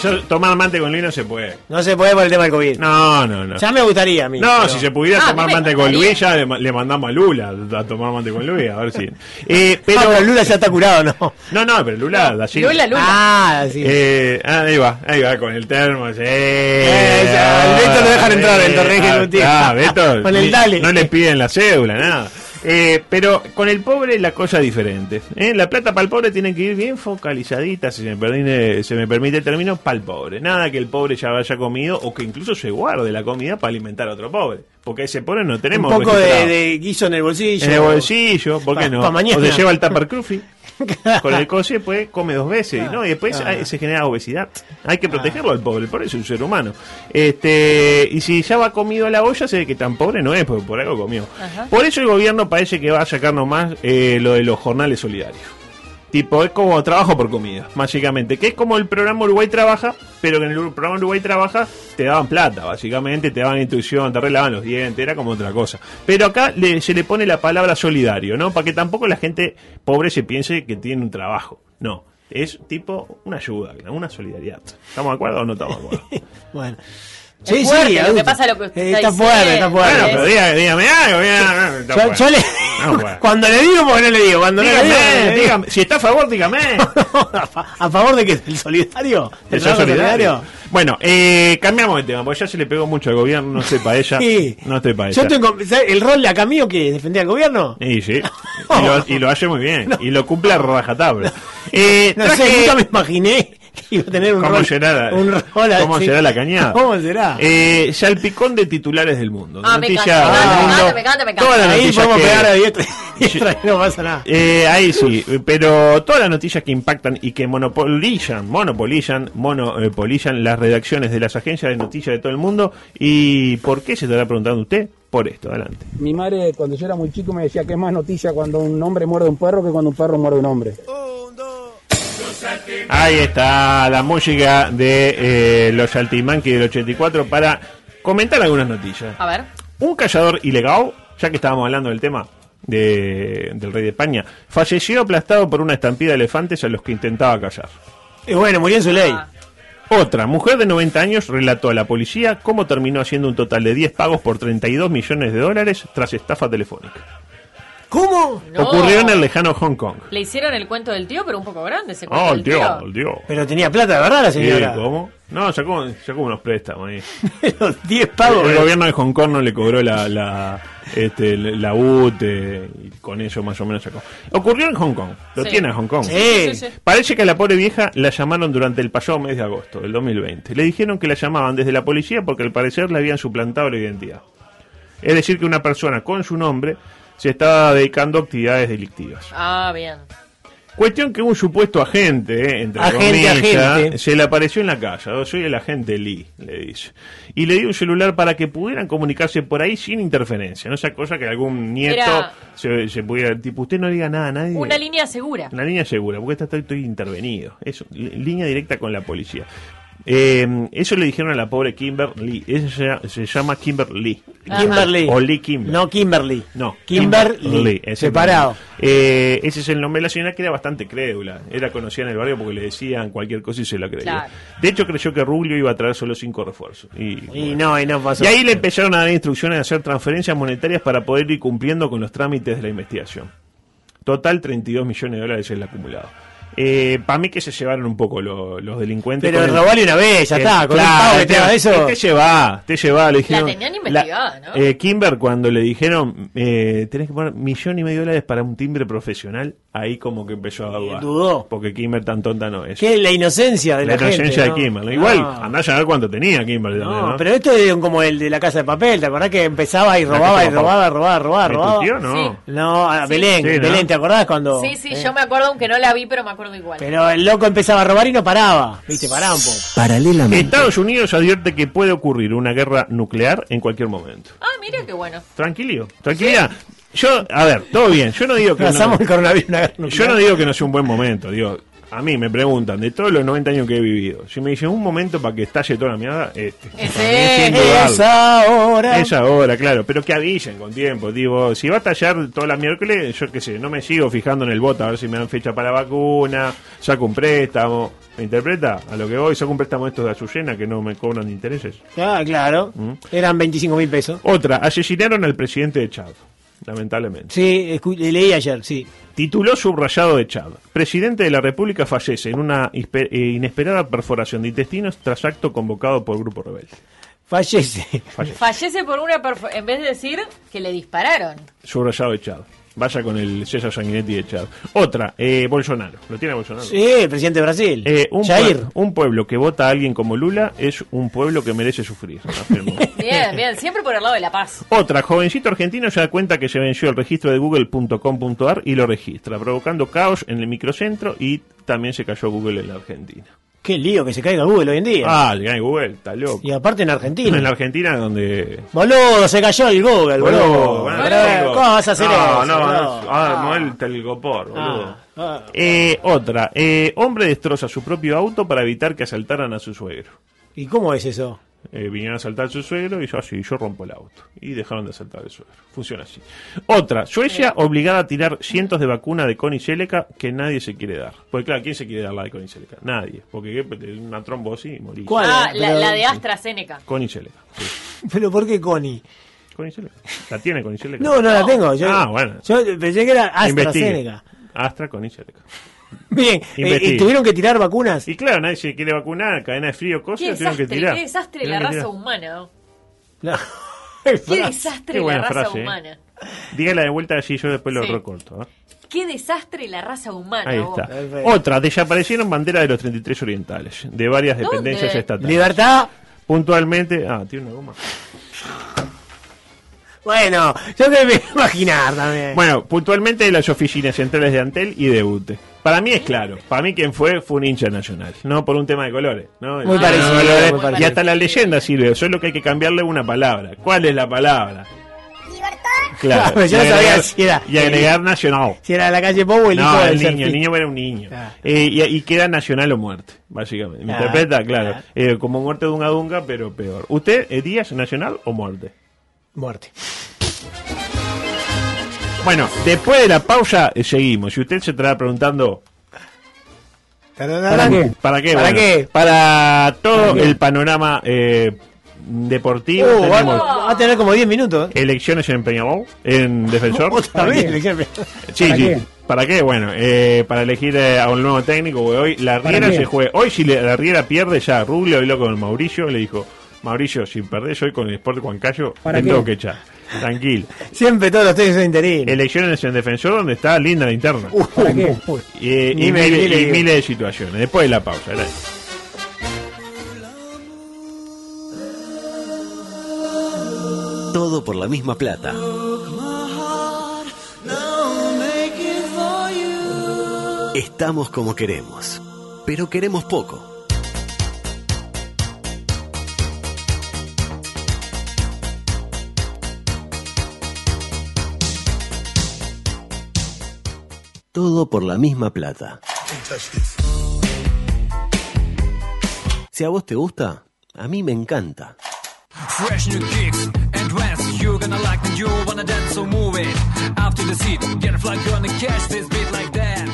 S5: yo- tomar mate con Luis no se puede.
S6: No se puede por el tema del COVID.
S5: No, no, no.
S6: Ya me gustaría a mí.
S5: No,
S6: pero-
S5: si se pudiera
S7: Ah,
S5: tomar
S7: me
S5: mate con
S7: encantaría.
S5: Luis, ya le, ma- le mandamos a Lula a tomar mate con Luis, a ver si. Eh,
S6: No,
S5: pero,
S6: pero Lula ya está curado, ¿no?
S5: No, no, pero Lula, así.
S7: Lula, Lula.
S6: Ah, sí.
S5: Eh, ah, ahí va, ahí va con el termo. Eh,
S6: ya, al Beto lo dejan entrar, el torneo ejecutivo.
S5: Ah, Beto.
S6: Con el
S5: ni-
S6: dale.
S5: No le piden la cédula, nada. Eh, pero con el pobre la cosa es diferente. Eh, la plata para el pobre tiene que ir bien focalizadita, si me, permite, se me permite el término, para el pobre. Nada que el pobre ya haya comido o que incluso se guarde la comida para alimentar a otro pobre. Porque a ese pobre no
S6: un
S5: tenemos.
S6: poco de,
S5: registrado.
S6: de guiso en el bolsillo.
S5: En el bolsillo, ¿por qué
S6: Pa-
S5: no?
S6: pa' mañana.
S5: O se lleva el tupper cruffy con el coche, pues come dos veces, ¿no? Y después ah, se genera obesidad. Hay que protegerlo al pobre, el pobre es un ser humano. Este, y si ya va comido a la olla, se ve que tan pobre no es, porque por algo comió. Por eso el gobierno parece que va a sacar nomás eh, lo de los jornales solidarios. Tipo, es como trabajo por comida, básicamente. Que es como el programa Uruguay Trabaja, pero que en el Ur- programa Uruguay Trabaja te daban plata, básicamente, te daban instrucción, te arreglaban los dientes, era como otra cosa. Pero acá le- se le pone la palabra solidario, ¿no? Para que tampoco la gente pobre se piense que tiene un trabajo. No. Es tipo una ayuda, una solidaridad. ¿Estamos de acuerdo o no estamos de acuerdo?
S6: Bueno.
S7: Es fuerte lo que
S6: adulto.
S7: pasa lo que usted
S6: Eh,
S7: está
S6: está fuerte, está
S7: diciendo.
S6: fuerte.
S5: bueno, pero diga- dígame algo. dígame- no
S6: Yo-
S5: puedo.
S6: yo le-
S5: No puedo.
S6: Cuando le digo, porque no le digo. Cuando no le digo, no le
S5: Dígame,
S6: digo.
S5: dígame. Si está a favor, dígame.
S6: a, fa- a favor de que el solidario, el
S5: Eso es
S6: trabajo
S5: solidario.
S6: solidario.
S5: Bueno, eh, cambiamos de tema, porque ya se le pegó mucho al gobierno, no estoy para ella.
S6: Sí.
S5: No estoy para Eh,
S6: Yo
S5: ella.
S6: tengo ¿sabes? el rol de acá mío que es defender al gobierno.
S5: Y sí, y lo, y lo hace muy bien, y lo cumple a rajatabla. Eh,
S6: No
S5: traje-
S6: sé, nunca me imaginé que iba a tener un
S5: ¿Cómo
S6: rol.
S5: será la,
S6: un rol
S5: ¿cómo
S6: así.
S5: será la cañada?
S6: ¿Cómo será?
S5: Eh, salpicón de titulares del mundo.
S7: Ah, me
S5: Noticias
S7: encanta,
S5: del
S7: me encanta,
S5: mundo.
S7: me encanta, me encanta.
S5: Todas las
S6: Ahí
S5: noticias
S6: podemos
S5: que-
S6: pegar a diestra y diestra y no pasa nada.
S5: Eh, ahí sí, pero todas las noticias que impactan y que monopolizan, monopolizan, monopolizan las redacciones de las agencias de noticias de todo el mundo. ¿Y por qué se estará preguntando usted? Por esto, adelante.
S8: Mi madre, cuando yo era muy chico, me decía que es más noticia cuando un hombre muerde a un perro que cuando un perro muerde a un hombre.
S5: Ahí está la música de eh, los Altimanqui del 84 para comentar algunas noticias.
S7: A ver.
S5: Un cazador ilegal, ya que estábamos hablando del tema de- del rey de España, falleció aplastado por una estampida de elefantes a los que intentaba callar.
S7: Ah,
S6: Y bueno, Eh, murió en su ley.
S5: Otra mujer de 90 años relató a la policía cómo terminó haciendo un total de 10 pagos por 32 millones de dólares tras estafa telefónica.
S6: ¿Cómo?
S7: No.
S5: Ocurrió en el lejano Hong Kong.
S7: Le hicieron el cuento del tío, pero un poco grande ese cuento
S5: Ah, el
S7: del tío.
S5: tío, el tío.
S6: Pero tenía plata, de ¿verdad, la señora?
S5: Sí, ¿Cómo? No, sacó, sacó unos préstamos ahí.
S6: 10 pagos.
S5: El gobierno de Hong Kong no le cobró la, la, este, la UTE y con eso más o menos sacó. Ocurrió en Hong Kong, lo
S7: Sí.
S5: tiene en Hong Kong.
S7: Sí, sí, sí, sí.
S5: Parece que a la pobre vieja la llamaron durante el pasado mes de agosto del 2020. Le dijeron que la llamaban desde la policía porque al parecer le habían suplantado la identidad. Es decir, que una persona con su nombre se estaba dedicando a actividades delictivas.
S7: Ah, bien.
S5: Cuestión que un supuesto agente, eh, entre
S6: Agente,
S5: comillas,
S6: agente.
S5: se le apareció en la calle. "Oh, Soy el agente Lee, le dice. Y le dio un celular para que pudieran comunicarse por ahí sin interferencia. No sea cosa que algún nieto
S7: Era-
S5: se, se pudiera. Tipo, usted no diga nada a nadie.
S7: Una línea segura.
S5: Una línea segura, porque está, estoy, estoy intervenido. Eso, li- línea directa con la policía. Eh, eso le dijeron a la pobre Kimber Lee. Ella se llama- se llama Kimber Lee.
S6: Kimberly.
S5: O Lee Kimber.
S6: No, Kimberly.
S5: No,
S6: Kimberly.
S5: ese
S6: Separado.
S5: mismo. Eh, ese es el nombre de la señora que era bastante crédula. Era conocida en el barrio porque le decían cualquier cosa y se la creía.
S7: Claro.
S5: De hecho, creyó que Rubio iba a traer solo cinco refuerzos. Y,
S6: Y no, y no pasó.
S5: y ahí le empezaron a dar instrucciones de hacer transferencias monetarias para poder ir cumpliendo con los trámites de la investigación. Total, 32 millones de dólares es el acumulado. Para mí que se llevaron un poco lo- los delincuentes.
S6: Pero
S5: con el-
S6: robale una vez, ya
S5: el-
S6: está. Con
S5: Eh, claro,
S6: un pago que te
S5: te-
S6: haga eso.
S5: Te lleva, te lleva. Le dijeron,
S7: tenían investigada, ¿no?
S5: eh, Kimber, cuando le dijeron, eh, tenés que poner millón y medio de dólares para un timbre profesional, ahí como que empezó a dudar.
S6: dudó.
S5: Porque Kimber tan tonta no es.
S6: ¿Qué? La inocencia de la,
S5: La inocencia
S6: gente,
S5: de
S6: ¿no?
S5: Kimber. ¿no? Igual,
S6: No.
S5: andá a ver cuánto tenía Kimber.
S6: No,
S5: también, ¿no?
S6: pero esto es como el de la casa de papel, ¿te acordás que empezaba y
S5: La
S6: robaba
S5: Casa
S6: y
S5: de Papel.
S6: robaba, robaba, robaba,
S5: ¿Me
S6: robaba?
S5: tuteó? No.
S7: Sí.
S6: No, a
S7: Sí.
S6: Belén,
S5: Sí, ¿no?
S6: Belén, ¿te acordás cuando?
S7: Sí, sí,
S6: eh?
S7: yo me acuerdo, aunque no la vi, pero me acuerdo igual.
S6: Pero el loco empezaba a robar y no paraba, viste, paraba un poco.
S1: Paralelamente,
S5: Estados Unidos advierte que puede ocurrir una guerra nuclear en cualquier momento.
S7: Ah, mira qué bueno.
S5: Tranquilo, tranquilidad. Yo, a ver, todo bien. Yo no digo que
S6: Pasamos el
S5: no,
S6: coronavirus una guerra
S5: yo
S6: nuclear.
S5: no digo que no sea un buen momento, digo. A mí me preguntan de todos los 90 años que he vivido, si me dicen un momento para que estalle toda la mierda, este.
S7: Ese.
S5: Para mí es indudable.
S6: Es ahora.
S5: Es ahora, claro, pero que avisen con tiempo. Digo, si va a tallar toda la miércoles, yo qué sé, no me sigo fijando en el voto a ver si me dan fecha para la vacuna, saco un préstamo. ¿Me interpreta? A lo que voy, saco un préstamo de estos de Azucena que no me cobran intereses.
S6: Ah, claro.
S5: ¿Mm?
S6: Eran 25 mil pesos.
S5: Otra, asesinaron al presidente de Chad, lamentablemente.
S6: Sí, escu- leí ayer, sí.
S5: Tituló subrayado de Chad. Presidente de la República fallece en una ispe- eh, inesperada perforación de intestinos tras acto convocado por grupo rebelde.
S6: Fallece.
S5: Fallece.
S7: Fallece por una perfo- en vez de decir que le dispararon.
S5: Subrayado de Chad. Vaya con el César Sanguinetti de Chad. Otra, eh, Bolsonaro. ¿Lo tiene Bolsonaro?
S6: Sí, el presidente de Brasil.
S5: Eh, un,
S6: Jair.
S5: pue- un pueblo que vota a alguien como Lula es un pueblo que merece sufrir. afirmó.
S7: Bien, bien, siempre por el lado de la paz.
S5: Otra, jovencito argentino se da cuenta que se venció el registro de google.com.ar y lo registra, provocando caos en el microcentro y también se cayó Google en la Argentina.
S6: Qué lío que se caiga Google hoy en día.
S5: Ah, le gana Google, está loco.
S6: Y aparte en Argentina.
S5: En la Argentina donde...
S6: Boludo, se cayó el Google, boludo.
S5: Boludo, bueno,
S6: Pero,
S5: boludo.
S6: ¿Cómo vas a hacer
S5: no,
S6: eso?
S5: No, no,
S6: boludo?
S5: ah, no, el telgopor, boludo.
S6: Ah, ah.
S5: Eh, otra, eh, hombre destroza su propio auto para evitar que asaltaran a su suegro.
S6: ¿Y cómo es eso?
S5: Eh, vinieron a asaltar a su suegro y yo así, yo rompo el auto. Y dejaron de asaltar al suegro. Funciona así. Otra, Suecia obligada a tirar cientos de vacunas de Coniceleca que nadie se quiere dar. Pues claro, ¿quién se quiere dar la de Coniceleca? Nadie. Porque ¿qué? Te- una trombosis y morís.
S6: ¿Cuál? Bueno,
S7: ah, la,
S6: pero-
S7: la de AstraZeneca.
S5: Coniceleca. Sí.
S6: ¿Pero por qué Connie?
S5: Coniceleca. ¿La tiene Coniceleca?
S6: No, no la tengo. Yo,
S5: Ah, bueno.
S6: Yo pensé que era
S5: Investigue.
S6: AstraZeneca.
S5: Astra Coniceleca.
S6: Bien, eh,
S5: Investigue.
S6: ¿y tuvieron que tirar vacunas?
S5: Y claro, nadie se quiere vacunar, cadena de frío, cosas,
S7: Qué
S5: tuvieron
S7: desastre,
S5: que tirar.
S7: qué desastre la
S5: Tuvieron que
S7: raza
S5: tirar.
S7: humana. oh.
S6: No.
S7: Qué desastre
S5: Qué
S7: la
S5: buena
S7: raza
S5: frase, ¿eh?
S7: humana.
S5: Dígala de vuelta así, yo después lo
S7: Sí.
S5: recorto. ¿eh?
S7: Qué desastre la raza humana.
S5: Ahí
S7: vos.
S5: está.
S6: Perfecto.
S5: Otra, desaparecieron banderas de los 33 orientales, de varias
S7: ¿Dónde?
S5: dependencias estatales.
S6: Libertad.
S5: Puntualmente, ah, tiene una goma.
S6: Bueno, yo me voy a imaginar también.
S5: Bueno, puntualmente de las oficinas centrales de Antel y de UTE. Para mí es claro, para mí quien fue fue un hincha nacional, no por un tema de colores. ¿no? El
S6: Muy
S5: tema de
S6: parecido,
S5: colores,
S6: muy
S5: Y
S6: parecido.
S5: hasta la leyenda sirve, solo que hay que cambiarle una palabra. ¿Cuál es la palabra? Claro,
S6: Claro, yo
S5: y
S6: no sabía
S5: agregar-
S6: si era-
S5: Y agregar nacional.
S6: Si era la calle Pou, el hijo
S5: No,
S6: del
S5: el niño,
S6: surfista.
S5: el niño era un niño.
S6: Ah.
S5: Eh, y, y queda nacional o muerte, básicamente. ¿Me
S6: Ah,
S5: interpreta? Claro.
S6: ah.
S5: Eh, como muerte de un adunga, pero peor. ¿Usted, eh, Díaz, nacional o muerte?
S6: Muerte.
S5: Bueno, después de la pausa eh, seguimos. Si usted se estará preguntando, ¿Para qué? ¿Para qué? Bueno, Para todo el panorama eh, deportivo.
S6: Uh, va,
S5: tenemos
S6: va a tener como 10 minutos.
S5: elecciones en Peñarol, en Defensor.
S6: Otra vez, elecciones.
S5: Sí,
S6: ¿Para
S5: sí.
S6: qué?
S5: ¿Para qué? Bueno, eh, para elegir eh, a un nuevo técnico, güey. Hoy la
S6: ¿Para
S5: Riera
S6: qué?
S5: se juega. Hoy, si le- la Riera pierde, ya Rubio habló con Mauricio y le dijo: Mauricio, si perdés hoy con el Sport Huancayo,
S6: ¿Para
S5: te
S6: qué?
S5: tengo que echar. Tranquilo.
S6: Siempre todos los técnicos son interinos.
S5: Elecciones en Defensor, donde está linda la interna.
S6: ¿Para qué?
S5: Eh, y,
S6: Ni me
S5: mil-
S6: dile,
S5: y
S6: digo.
S5: miles de situaciones. Después de la pausa. gracias.
S1: Todo por la misma plata. Estamos como queremos, pero queremos poco. Todo por la misma plata. Si a vos te gusta, a mí me encanta.
S12: Fresh new kicks and trends You're gonna like it, you wanna dance, so move it Up to the seat, get a fly, gonna catch this beat like that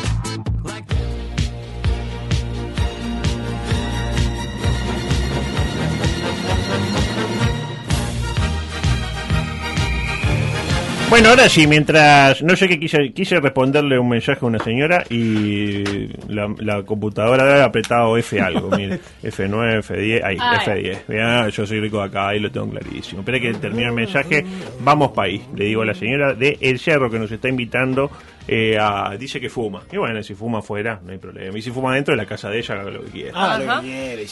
S5: Bueno, ahora sí, mientras. No sé qué quise, quise responderle un mensaje a una señora y la, la computadora había apretado F algo. mire, F9, F10. Ahí,
S13: Ay.
S5: F10. Mirá, yo soy rico de acá y lo tengo clarísimo. Espera que termine el mensaje. Vamos país, le digo a la señora de El Cerro que nos está invitando. eh, a, dice que fuma. Y bueno, si fuma afuera, no hay problema. Y si fuma dentro de la casa de ella, haga lo que quiera.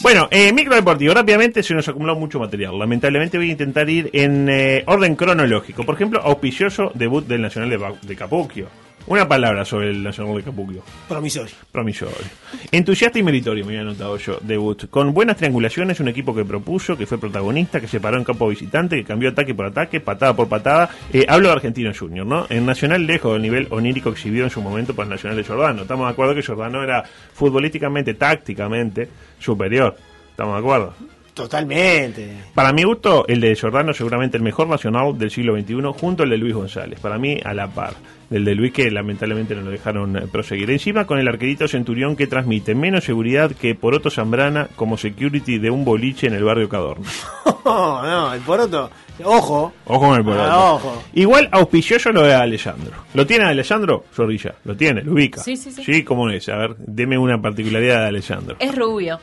S5: Bueno, eh, micro deportivo. Rápidamente se nos acumuló mucho material. Lamentablemente voy a intentar ir en eh, orden cronológico. Por ejemplo, auspicioso debut del Nacional de, Ba- de Capuquio. Una palabra sobre el Nacional de Capuquio.
S6: Promisorio.
S5: Promisorio. Entusiasta y meritorio, me había anotado yo, debut. Con buenas triangulaciones, un equipo que propuso, que fue protagonista, que se paró en campo visitante, que cambió ataque por ataque, patada por patada. Eh, hablo de Argentino Junior, ¿no? En Nacional lejos del nivel onírico exhibido en su momento por el Nacional de Jordano. Estamos de acuerdo que Jordano era futbolísticamente, tácticamente superior. ¿Estamos de acuerdo?
S6: Totalmente.
S5: Para mi gusto, el de Jordano seguramente el mejor nacional del siglo XXI, junto al de Luis González. Para mí, a la par. Del de Luis que lamentablemente no lo dejaron eh, proseguir. Encima con el arquerito Centurión que transmite menos seguridad que Poroto Zambrana como security de un boliche en el barrio Cadorna.
S6: No, Oh, no, el poroto. Ojo.
S5: Ojo con el Poroto.
S6: Ah, ojo.
S5: Igual auspicioso lo de Alejandro. ¿Lo tiene Alejandro? Zorrilla. Lo tiene, lo ubica.
S7: Sí, sí, sí.
S5: Sí, ¿cómo es? A ver, deme una particularidad de Alejandro.
S7: Es rubio.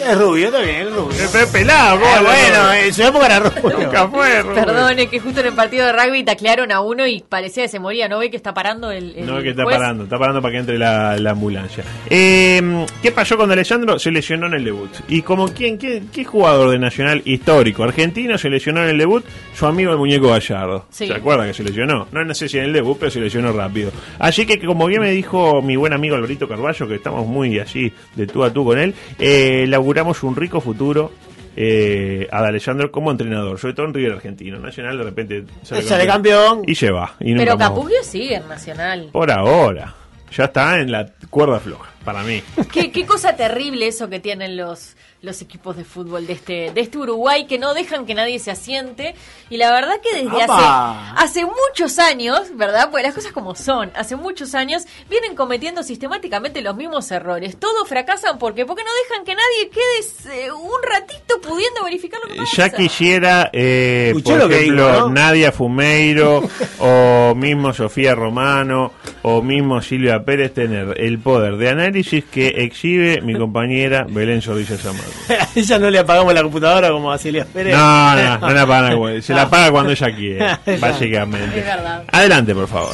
S6: Es rubio también, es rubio.
S5: Es pelado,
S6: Ah, bueno, en su época era rubio.
S5: Nunca fue rubio.
S7: Perdone, que justo en el partido de rugby taclearon a uno y parecía que se moría. ¿No ve que está parando el, el
S5: No, que está
S7: juez?
S5: parando, está parando para que entre la, la ambulancia. Eh, ¿Qué pasó con Alejandro? Se lesionó en el debut. ¿Y como quién, qué, qué jugador de Nacional histórico argentino se lesionó en el debut? Su amigo el muñeco Gallardo.
S13: Sí.
S5: ¿Se acuerda que se lesionó? No, no sé si en el debut, pero se lesionó rápido. Así que, como bien me dijo mi buen amigo Alberito Carballo, que estamos muy así de tú a tú con él, eh, laburamos un rico futuro. eh, a Alejandro como entrenador, sobre todo en River Argentino. Nacional de repente
S6: Sale campeón.
S5: y se va. Y nunca
S7: Pero
S5: más-
S7: Capullo sigue en Nacional.
S5: por ahora. Ya está en la cuerda floja, para mí.
S7: ¿Qué, qué cosa terrible eso que tienen los, los equipos de fútbol de este, de este Uruguay que no dejan que nadie se asiente. Y la verdad que desde
S6: ¡Apa!
S7: hace, hace muchos años, ¿verdad? Pues las cosas como son, hace muchos años vienen cometiendo sistemáticamente los mismos errores. Todos fracasan porque porque no dejan que nadie quede eh, un ratito pudiendo verificar lo que pasa.
S5: Ya quisiera, eh,
S6: Escuchó
S5: por
S6: lo que
S5: ejemplo,
S6: dijo, ¿no?
S5: Nadia Fumeiro o mismo Sofía Romano o mismo Silvia Pérez tener el poder de análisis que exhibe mi compañera Belén Zorrilla Samar.
S6: A ella no le apagamos la computadora como a Celia Pérez.
S5: No, no, no la paga, güey. se la paga cuando ella quiere,
S6: Es
S5: básicamente.
S6: verdad.
S5: Adelante, por favor.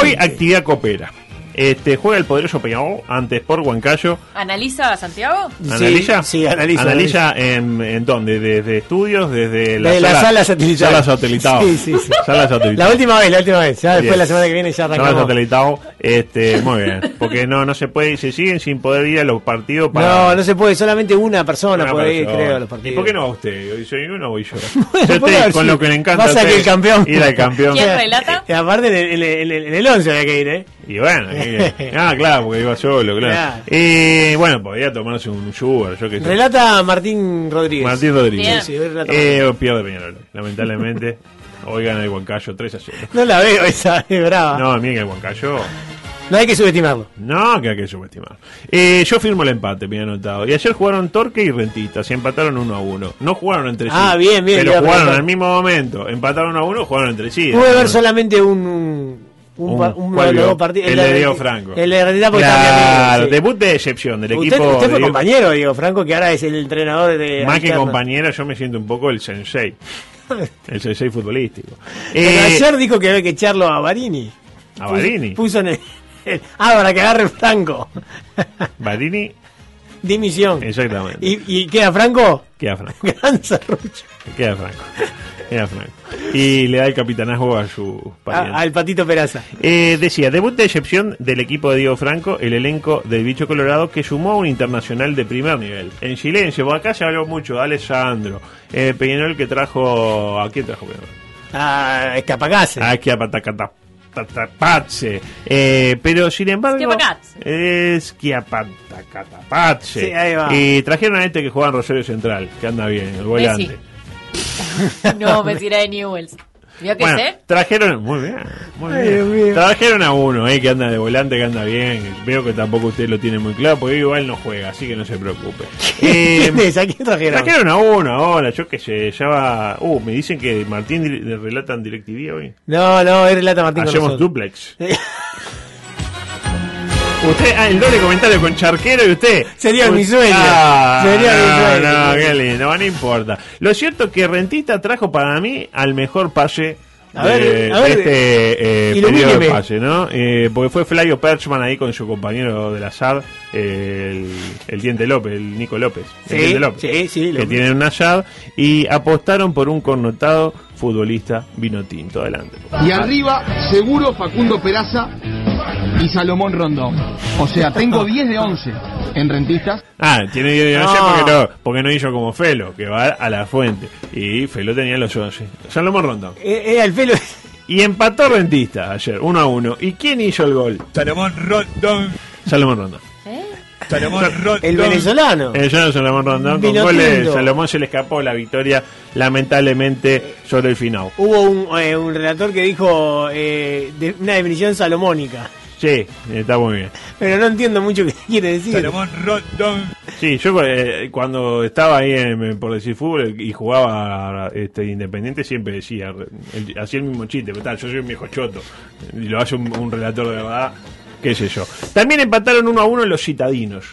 S5: Hoy actividad coopera. Este, juega el poderoso Peñarol ante Sport Huancayo.
S7: ¿Analiza a Santiago?
S5: ¿Analiza?
S6: sí, analiza,
S5: ¿Analiza en, en dónde? ¿Desde estudios? ¿Desde la
S6: Desde la sala satelital.
S5: Sala satelital.
S6: Sí, sí, sí.
S5: Sala satelital.
S6: La última vez, la última vez. Ya después
S5: Bien.
S6: la semana que viene ya
S5: Sala
S6: arrancamos.
S5: satelital. Este, muy bien. Porque no, no se puede, se siguen sin poder ir a los partidos para...
S6: No, no se puede, solamente una persona
S5: para
S6: puede ir,
S5: persona.
S6: creo, a los
S5: ¿Y
S6: partidos.
S5: por qué no va usted? ¿Soy uno o voy yo? Yo estoy
S6: Bueno,
S5: con
S6: sí.
S5: lo que le encanta.
S6: Pasa
S5: a usted,
S6: que el campeón.
S5: Ir al campeón.
S7: relata?
S6: Y Eh, aparte en el, en el- en el 11 había que ir, ¿eh?
S5: Y bueno, y- ah, claro, porque iba solo, claro.
S6: Claro.
S5: Eh, bueno, podría tomarse un Uber, yo qué sé.
S6: Relata Martín Rodríguez.
S5: Martín Rodríguez.
S6: Sí, sí, hoy relata Martín.
S5: Eh, pierde Peñarol, lamentablemente. Hoy gana el Huancayo 3 a 0.
S6: No la veo esa, es brava.
S5: No, mira que el Huancayo
S6: No hay que subestimarlo.
S5: No, que hay que subestimar. Eh, yo firmo el empate, bien anotado. Y ayer jugaron Torque y Rentista, se empataron uno a uno. No jugaron entre sí.
S6: Ah, bien, bien,
S5: Pero
S6: bien,
S5: jugaron
S6: bien.
S5: al mismo momento. Empataron uno a uno, jugaron entre sí.
S6: Pude ver solamente un. un... Un,
S5: Un-
S6: pa- un- uno de
S5: ¿cuál
S6: los
S5: vio?
S6: dos partidos.
S5: El de
S6: de-
S5: Diego Franco.
S6: El de Herrera porque
S5: Claro,
S6: también.
S5: debut de decepción del
S6: Usted,
S5: equipo.
S6: usted
S5: de
S6: fue
S5: Diego-
S6: compañero de Diego Franco, que ahora es el entrenador de.
S5: Más que
S6: alterna.
S5: compañero, yo me siento un poco el sensei. El sensei futbolístico.
S6: Pero
S5: Eh,
S6: ayer dijo que había que echarlo a Barini.
S5: A Barini.
S6: Puso, puso en el, Ah, para que agarre Franco.
S5: Barini.
S6: Dimisión.
S5: Exactamente.
S6: ¿Y, y queda Franco?
S5: Queda Franco.
S6: Gran serrucho.
S5: Queda Franco. Queda Franco. Y le da el capitanazgo a su pariente.
S6: A- Ah, Al patito Peraza.
S5: Eh, decía, debut de excepción del equipo de Diego Franco, el elenco del bicho colorado que sumó a un internacional de primer nivel. En silencio, porque acá se habló mucho de Alessandro, eh, Peñarol que trajo... ¿A quién trajo Peñarol?
S6: A Escapagase.
S5: A Chiapatacata- Tatapatse. Eh, pero sin embargo
S7: Chiapacatse.
S5: es Chiapatacatapatse.
S6: Sí, ahí va.
S5: y trajeron a este que juega en Rosario Central que anda bien el volante
S7: Messi. No, me tiré de Newells. ¿Vio que
S5: bueno,
S7: sé?
S5: trajeron, muy bien, muy
S6: Ay,
S5: bien.
S6: Dios mío.
S5: Trajeron a uno, eh, que anda de volante, que anda bien. Veo que tampoco usted lo tiene muy claro, porque igual no juega, así que no se preocupe. Eh,
S6: ¿Quién es? ¿A quién trajeron?
S5: trajeron a uno ahora, yo qué sé, ya va. Uh, me dicen que Martín dir- le relatan DirecTV hoy.
S6: No, no, es Relata Martín con
S5: Hacemos
S6: nosotros.
S5: duplex. Usted, ah, el doble comentario con Charquero y usted.
S6: Sería
S5: Ut-
S6: mi sueño.
S5: Ah,
S6: Sería mi
S5: no,
S6: sueño.
S5: no, qué lindo, no importa. Lo cierto es que Rentista trajo para mí al mejor pase.
S6: A
S5: de-
S6: ver, a
S5: de
S6: ver,
S5: este eh,
S6: ilumíneme.
S5: periodo de pase, ¿no? Eh, porque fue Flavio Perchman ahí con su compañero de la SAD, eh, el, el Diente López, el Nico López.
S6: Sí,
S5: el Diente López
S6: sí, sí, lo-
S5: que tienen una llave y apostaron por un connotado futbolista vino tinto. Adelante.
S13: Y arriba, seguro, Facundo Peraza y Salomón Rondón. O sea, tengo 10 de 11 en rentistas.
S5: Ah, tiene 10 de
S13: No.
S5: 11 porque, no, porque no hizo como Felo, que va a la fuente. Y Felo tenía los 11. Salomón Rondón.
S6: Eh, Era el pelo.
S5: Y empató Rentista ayer, 1 a 1. ¿Y quién hizo el gol? Salomón Rondón. Salomón Rondón.
S7: ¿eh?
S6: El venezolano.
S5: El Jonathan Salomón Rondón con
S6: Vino
S5: goles.
S6: tinto.
S5: Salomón se le escapó la victoria, lamentablemente, sobre el final.
S6: Hubo un, eh, un relator que dijo eh, de- una definición salomónica.
S5: Sí, está muy bien.
S6: Pero no entiendo mucho qué quiere decir.
S5: Sí, yo eh, cuando estaba ahí en- en por decir fútbol eh, y jugaba este, Independiente siempre decía, el- hacía el mismo chiste, pero tal, yo soy un viejo choto. Y lo hace un, un relator de verdad, qué sé yo. También empataron uno a uno los citadinos.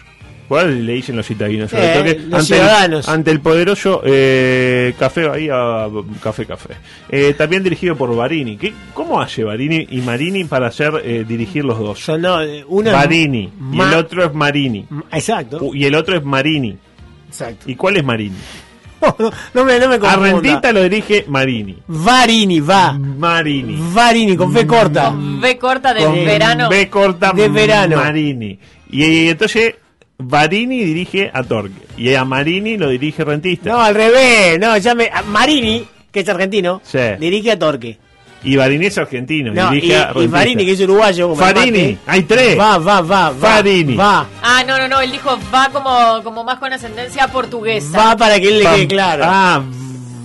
S5: ¿Cuál le dicen los citadinos? Sobre
S6: Eh,
S5: todo que
S6: los
S5: ante,
S6: ciudadanos.
S5: El, ante el poderoso eh, Café Bahía, Café Café. Eh, también dirigido por Barini. ¿Qué, ¿Cómo hace Barini y Marini para hacer eh, dirigir los dos?
S6: Yo no, eh, uno es
S5: Barini y
S6: Ma-
S5: el otro es Marini.
S6: Exacto.
S5: U- Y el otro es Marini.
S6: Exacto.
S5: ¿Y cuál es Marini?
S6: No me, no me
S5: A
S6: confunda.
S5: Rentista lo dirige Marini.
S6: Varini, va.
S5: Mm. Marini.
S6: Varini, con
S5: Mm.
S6: fe corta.
S7: Ve corta de
S5: Um, Con
S7: verano.
S5: B corta
S6: De verano.
S5: Marini. Y, eh, entonces Barini dirige a Torque. Y a Marini lo dirige Rentista.
S6: No, al revés. No, llame a Marini, que es argentino,
S5: Sí.
S6: dirige a Torque.
S5: Y Barini es argentino.
S6: No,
S5: dirige
S6: y,
S5: a
S6: y
S5: Rentista.
S6: Farini, que es uruguayo. como el
S5: Farini,
S6: mate.
S5: hay tres.
S6: Va, va, va. va
S5: Farini.
S6: Va.
S7: Ah, no, no, no. Él dijo va como, como más con ascendencia portuguesa.
S6: Va para que él le
S5: Pam-
S6: quede claro.
S5: Ah,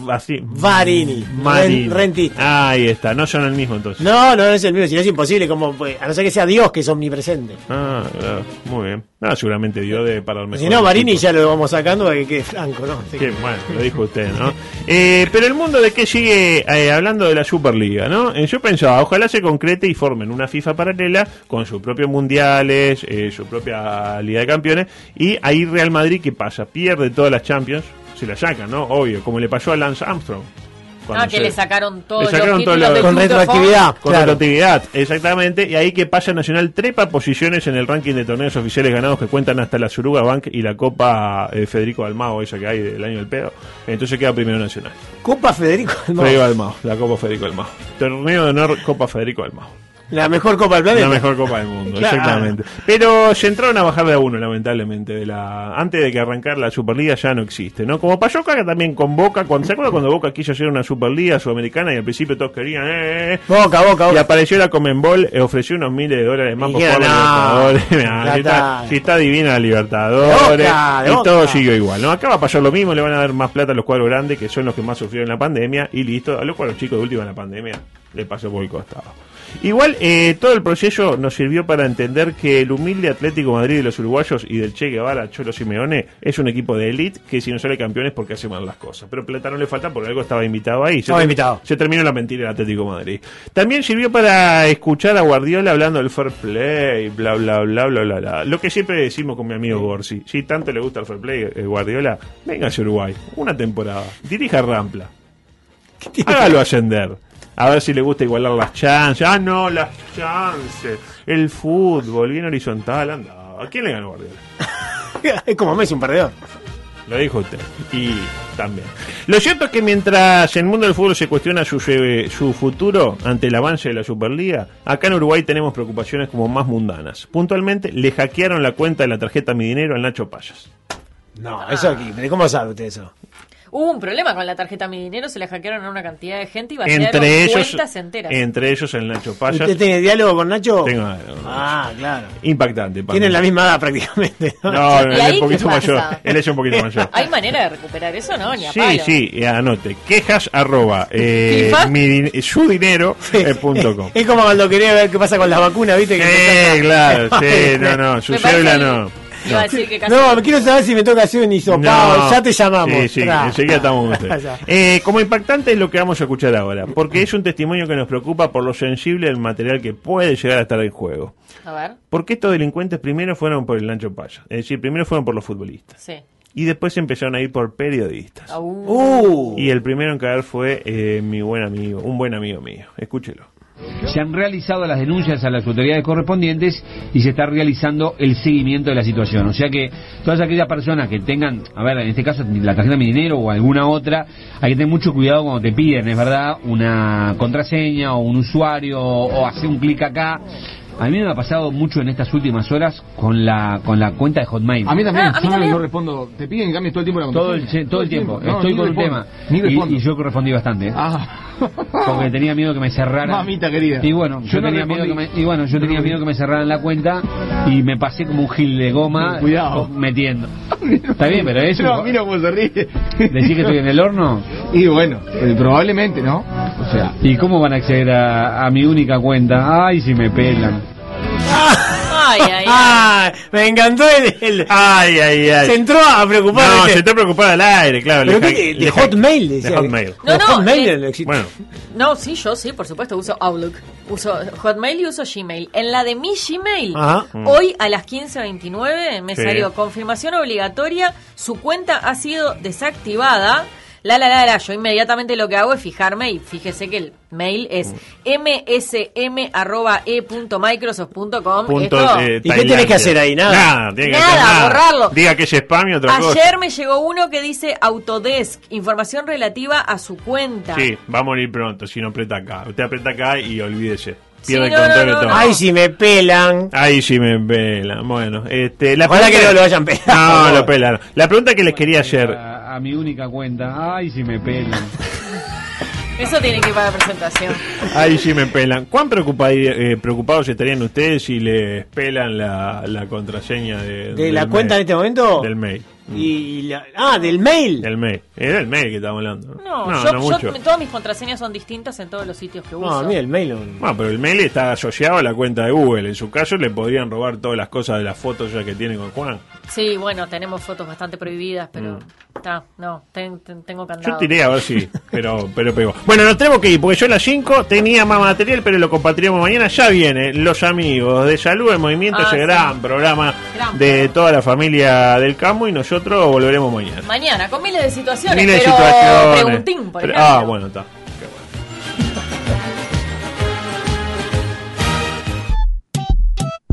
S5: v- así.
S6: Varini.
S5: Marini.
S6: Ren- rentista.
S5: Ahí está. No son el mismo entonces.
S6: No, no, no es el mismo, si no es imposible, como pues, a no ser que sea Dios que es omnipresente.
S5: Ah, claro. muy bien. No, seguramente dio de para el mejor.
S6: Si no, Marini
S5: equipo.
S6: ya lo vamos sacando para que quede franco, ¿no? Sí.
S5: Qué mal, lo dijo usted, ¿no? Eh, pero el mundo de qué sigue eh, hablando de la Superliga, ¿no? Eh, yo pensaba, ojalá se concrete y formen una FIFA paralela con sus propios mundiales, eh, su propia Liga de Campeones, y ahí Real Madrid, ¿qué pasa? Pierde todas las Champions, se la sacan, ¿no? Obvio, como le pasó a Lance Armstrong.
S7: Ah,
S5: Cuando
S7: que
S5: se-
S7: le sacaron todos
S5: Le sacaron
S7: los
S5: todos
S7: títulos
S5: los-
S7: del
S6: Con
S7: Tour de
S6: retroactividad.
S5: Con
S6: Claro.
S5: actividad, exactamente. Y ahí que pasa Nacional trepa posiciones en el ranking de torneos oficiales ganados que cuentan hasta la Suruga Bank y la Copa eh, Federico Almao, esa que hay del año del pedo. Entonces queda primero Nacional.
S6: Copa Federico Almagro.
S5: Federico Almao, la Copa Federico Almao. Torneo de honor Copa Federico Almao.
S6: La mejor Copa del planeta.
S5: La mejor Copa del Mundo,
S6: Claro.
S5: exactamente. Pero se entraron a bajar de a uno, lamentablemente. De la... Antes de que arrancar la Superliga ya no existe, ¿no? Como Payoca que también con Boca, cuando, ¿se acuerdan cuando Boca quiso hacer una Superliga sudamericana y al principio todos querían... eh, eh, eh?
S6: Boca, boca,
S5: Y
S6: boca.
S5: apareció la Comenbol, eh, ofreció unos miles de dólares más
S6: Y
S5: por
S6: dijeron,
S5: jugar la
S6: "No,
S5: Libertadores. Nah,
S6: ya
S5: si, está,
S6: está.
S5: si está divina la Libertadores.
S6: Boca, de
S5: y
S6: Boca.
S5: todo siguió igual. ¿no? Acá va a pasar lo mismo, le van a dar más plata a los cuadros grandes, que son los que más sufrieron la pandemia, y listo. A los cuadros chicos de última la pandemia le pasó por el costado. Igual eh, todo el proceso nos sirvió para entender que el humilde Atlético Madrid de los uruguayos y del Che Guevara, Cholo Simeone, es un equipo de élite que si no sale campeón es porque hace mal las cosas. Pero Plata no le falta porque algo estaba invitado ahí.
S6: Estaba
S5: ter-
S6: invitado.
S5: Se terminó la mentira del Atlético Madrid. También sirvió para escuchar a Guardiola hablando del fair play, bla, bla, bla, bla, bla, bla. Lo que siempre decimos con mi amigo Gorsi. Si tanto le gusta el fair play, eh, Guardiola, venga a Uruguay. Una temporada. Dirija Rampla. Hágalo ascender. A ver si le gusta igualar las chances. Ah, no, las chances. El fútbol, bien horizontal. Anda. ¿A quién le ganó Guardiola?
S6: es como Messi, un perdedor.
S5: Lo dijo usted. Y también. Lo cierto es que mientras el mundo del fútbol se cuestiona su, eh, su futuro ante el avance de la Superliga, acá en Uruguay tenemos preocupaciones como más mundanas. Puntualmente, le hackearon la cuenta de la tarjeta Mi Dinero al Nacho Payas.
S6: No, eso aquí. pero ¿Cómo sabe usted eso?
S7: Hubo un problema con la tarjeta Mi Dinero, se la hackearon a una cantidad de gente y vaciaron
S5: Entre ellos,
S7: cuentas enteras.
S5: entre ellos el Nacho Payas.
S6: ¿Usted tiene diálogo con Nacho?
S5: Ah, Tengo,
S6: Ah, claro.
S5: impactante. para
S6: Tienen
S5: mí.
S6: la misma edad prácticamente.
S5: No, no, él
S7: ¿Y ahí
S5: es un poquito
S7: qué pasa?
S5: mayor. Él es un poquito mayor.
S7: ¿Hay manera de recuperar eso? No, ni a
S5: Sí,
S7: palo.
S5: sí, eh, anote. Quejas arroba eh,
S6: ¿Fifa?
S5: mi din- su dinero eh, punto com.
S6: Es como cuando quería ver qué pasa con las vacunas, ¿viste? Que
S5: Eh, claro, sí, no, no, su
S6: Me parece
S5: célula
S6: que-
S5: no.
S7: Iba a decir que casi.
S6: No, me quiero saber si me toca hacer un hisopado.
S5: No.
S6: Ya te llamamos.
S5: Sí, sí,
S6: Tra.
S5: enseguida estamos con usted.
S6: Ya.
S5: Eh, como impactante es lo que vamos a escuchar ahora, porque es un testimonio que nos preocupa por lo sensible del material que puede llegar a estar en juego.
S7: A ver,
S5: Porque estos delincuentes primero fueron por el Lancho Paya, es decir, primero fueron por los futbolistas
S7: sí.
S5: y después empezaron a ir por periodistas.
S7: Au.
S6: Uh.
S5: Y el primero en caer fue eh, mi buen amigo, un buen amigo mío. Escúchelo.
S14: Se han realizado las denuncias a las autoridades correspondientes y se está realizando el seguimiento de la situación. O sea que todas aquellas personas que tengan, a ver, en este caso la tarjeta de mi dinero o alguna otra, hay que tener mucho cuidado cuando te piden, es verdad, una contraseña o un usuario o hacer un clic acá. A mí me ha pasado mucho en estas últimas horas con la con la cuenta de Hotmail.
S13: A mí también,
S7: Ah, a
S13: yo
S7: mí
S13: no-
S7: también.
S13: no respondo. Te piden en cambio todo el tiempo la
S14: Todo el,
S13: contraseña.
S14: todo el tiempo,
S13: No,
S14: estoy
S13: ni
S14: con un
S13: respondo,
S14: tema.
S13: Ni
S14: Y,
S13: respondo.
S14: y yo correspondí bastante. ¿eh?
S13: Ah.
S14: porque tenía miedo que me cerraran.
S13: Mamita querida.
S14: Y bueno, yo,
S13: Yo no
S14: tenía miedo que
S13: respondí.
S14: me, y bueno, yo tenía miedo que me cerraran la cuenta y me pasé como un gil de goma
S13: Cuidado.
S14: metiendo. Está bien, pero eso
S13: No, mira cómo se ríe.
S14: decir que estoy en el horno.
S13: Y bueno, eh, probablemente, ¿no? O sea,
S14: ¿Y cómo van a acceder a, a mi única cuenta? Ay, si me pelan.
S7: Ay, ay, ay.
S6: Ah, me encantó el, el-
S5: Ay, ay, ay.
S6: Se entró a preocupar.
S5: No,
S6: ¿viste?
S5: se está preocupada al aire, claro.
S6: Pero
S5: le
S6: qué
S5: hack-
S6: de-
S5: le
S6: de
S5: hack-
S6: Hotmail,
S5: De
S6: decía.
S5: Hotmail.
S7: No, no,
S6: Hotmail
S7: le-
S6: no existe.
S5: Bueno,
S7: No, sí, yo sí, por supuesto, uso Outlook. Uso Hotmail y uso Gmail. En la de mi Gmail,
S6: Ajá.
S7: hoy a las 15.29 me
S5: Mm. Sí.
S7: salió confirmación obligatoria, su cuenta ha sido desactivada. La, la, la, la, yo inmediatamente lo que hago es fijarme y fíjese que el mail es E msm.e.microsoft.com. Esto-
S5: punto, eh,
S6: ¿Y qué tenés que hacer ahí? Nada.
S5: Nada, tiene que
S7: Nada,
S5: hacer nada.
S7: borrarlo.
S5: Diga que es spam y otra cosa.
S7: Ayer me llegó uno que dice Autodesk, información relativa a su cuenta.
S5: Sí, va a morir pronto si no aprieta acá. Usted aprieta acá y olvídese.
S7: Sí,
S5: Pierde
S7: no,
S5: el control
S7: no, no,
S5: de todo.
S7: no.
S6: Ay, si me pelan.
S5: Ahí sí me pelan. Bueno, este, la
S6: Ojalá
S5: pregunta-
S6: que no lo hayan pelado.
S5: No, lo pelaron. La pregunta que les quería hacer.
S14: A, a mi única cuenta. Ay, si me pelan.
S7: Eso tiene que ir para la presentación.
S5: Ahí sí me pelan. ¿Cuán preocupa- eh, preocupados estarían ustedes si les pelan la, la contraseña de,
S6: ¿De
S5: del
S6: la cuenta en
S5: mail?
S6: este momento?
S5: Del mail.
S6: Y la- ah, del mail.
S5: Del mail. Era el mail que estábamos hablando.
S7: No,
S5: no,
S7: yo,
S5: no
S7: yo-
S5: mucho.
S7: todas mis contraseñas son distintas en todos los sitios que uso.
S6: No, a mí el mail. no-
S5: Bueno, pero el mail está asociado a la cuenta de Google. En su caso le podrían robar todas las cosas de las fotos ya que tiene con Juan.
S7: Sí, bueno, tenemos fotos bastante prohibidas, pero está, no, ten- ten- tengo
S5: Mm. Yo
S7: candado.
S5: tiré a ver si, pero, pero pegó. Bueno, nos tenemos que ir, porque yo a las 5 tenía más material, pero lo compartiremos mañana. Ya vienen los amigos de Salud en Movimiento,
S7: Ah,
S5: ese
S7: sí.
S5: gran programa
S7: Gran
S5: de
S7: programa.
S5: toda la familia del campo y nosotros volveremos mañana.
S7: Mañana, con miles de situaciones,
S5: Miles de
S7: pero
S5: situaciones.
S7: preguntín, por
S5: Pero-
S7: ejemplo.
S5: ah, bueno, está.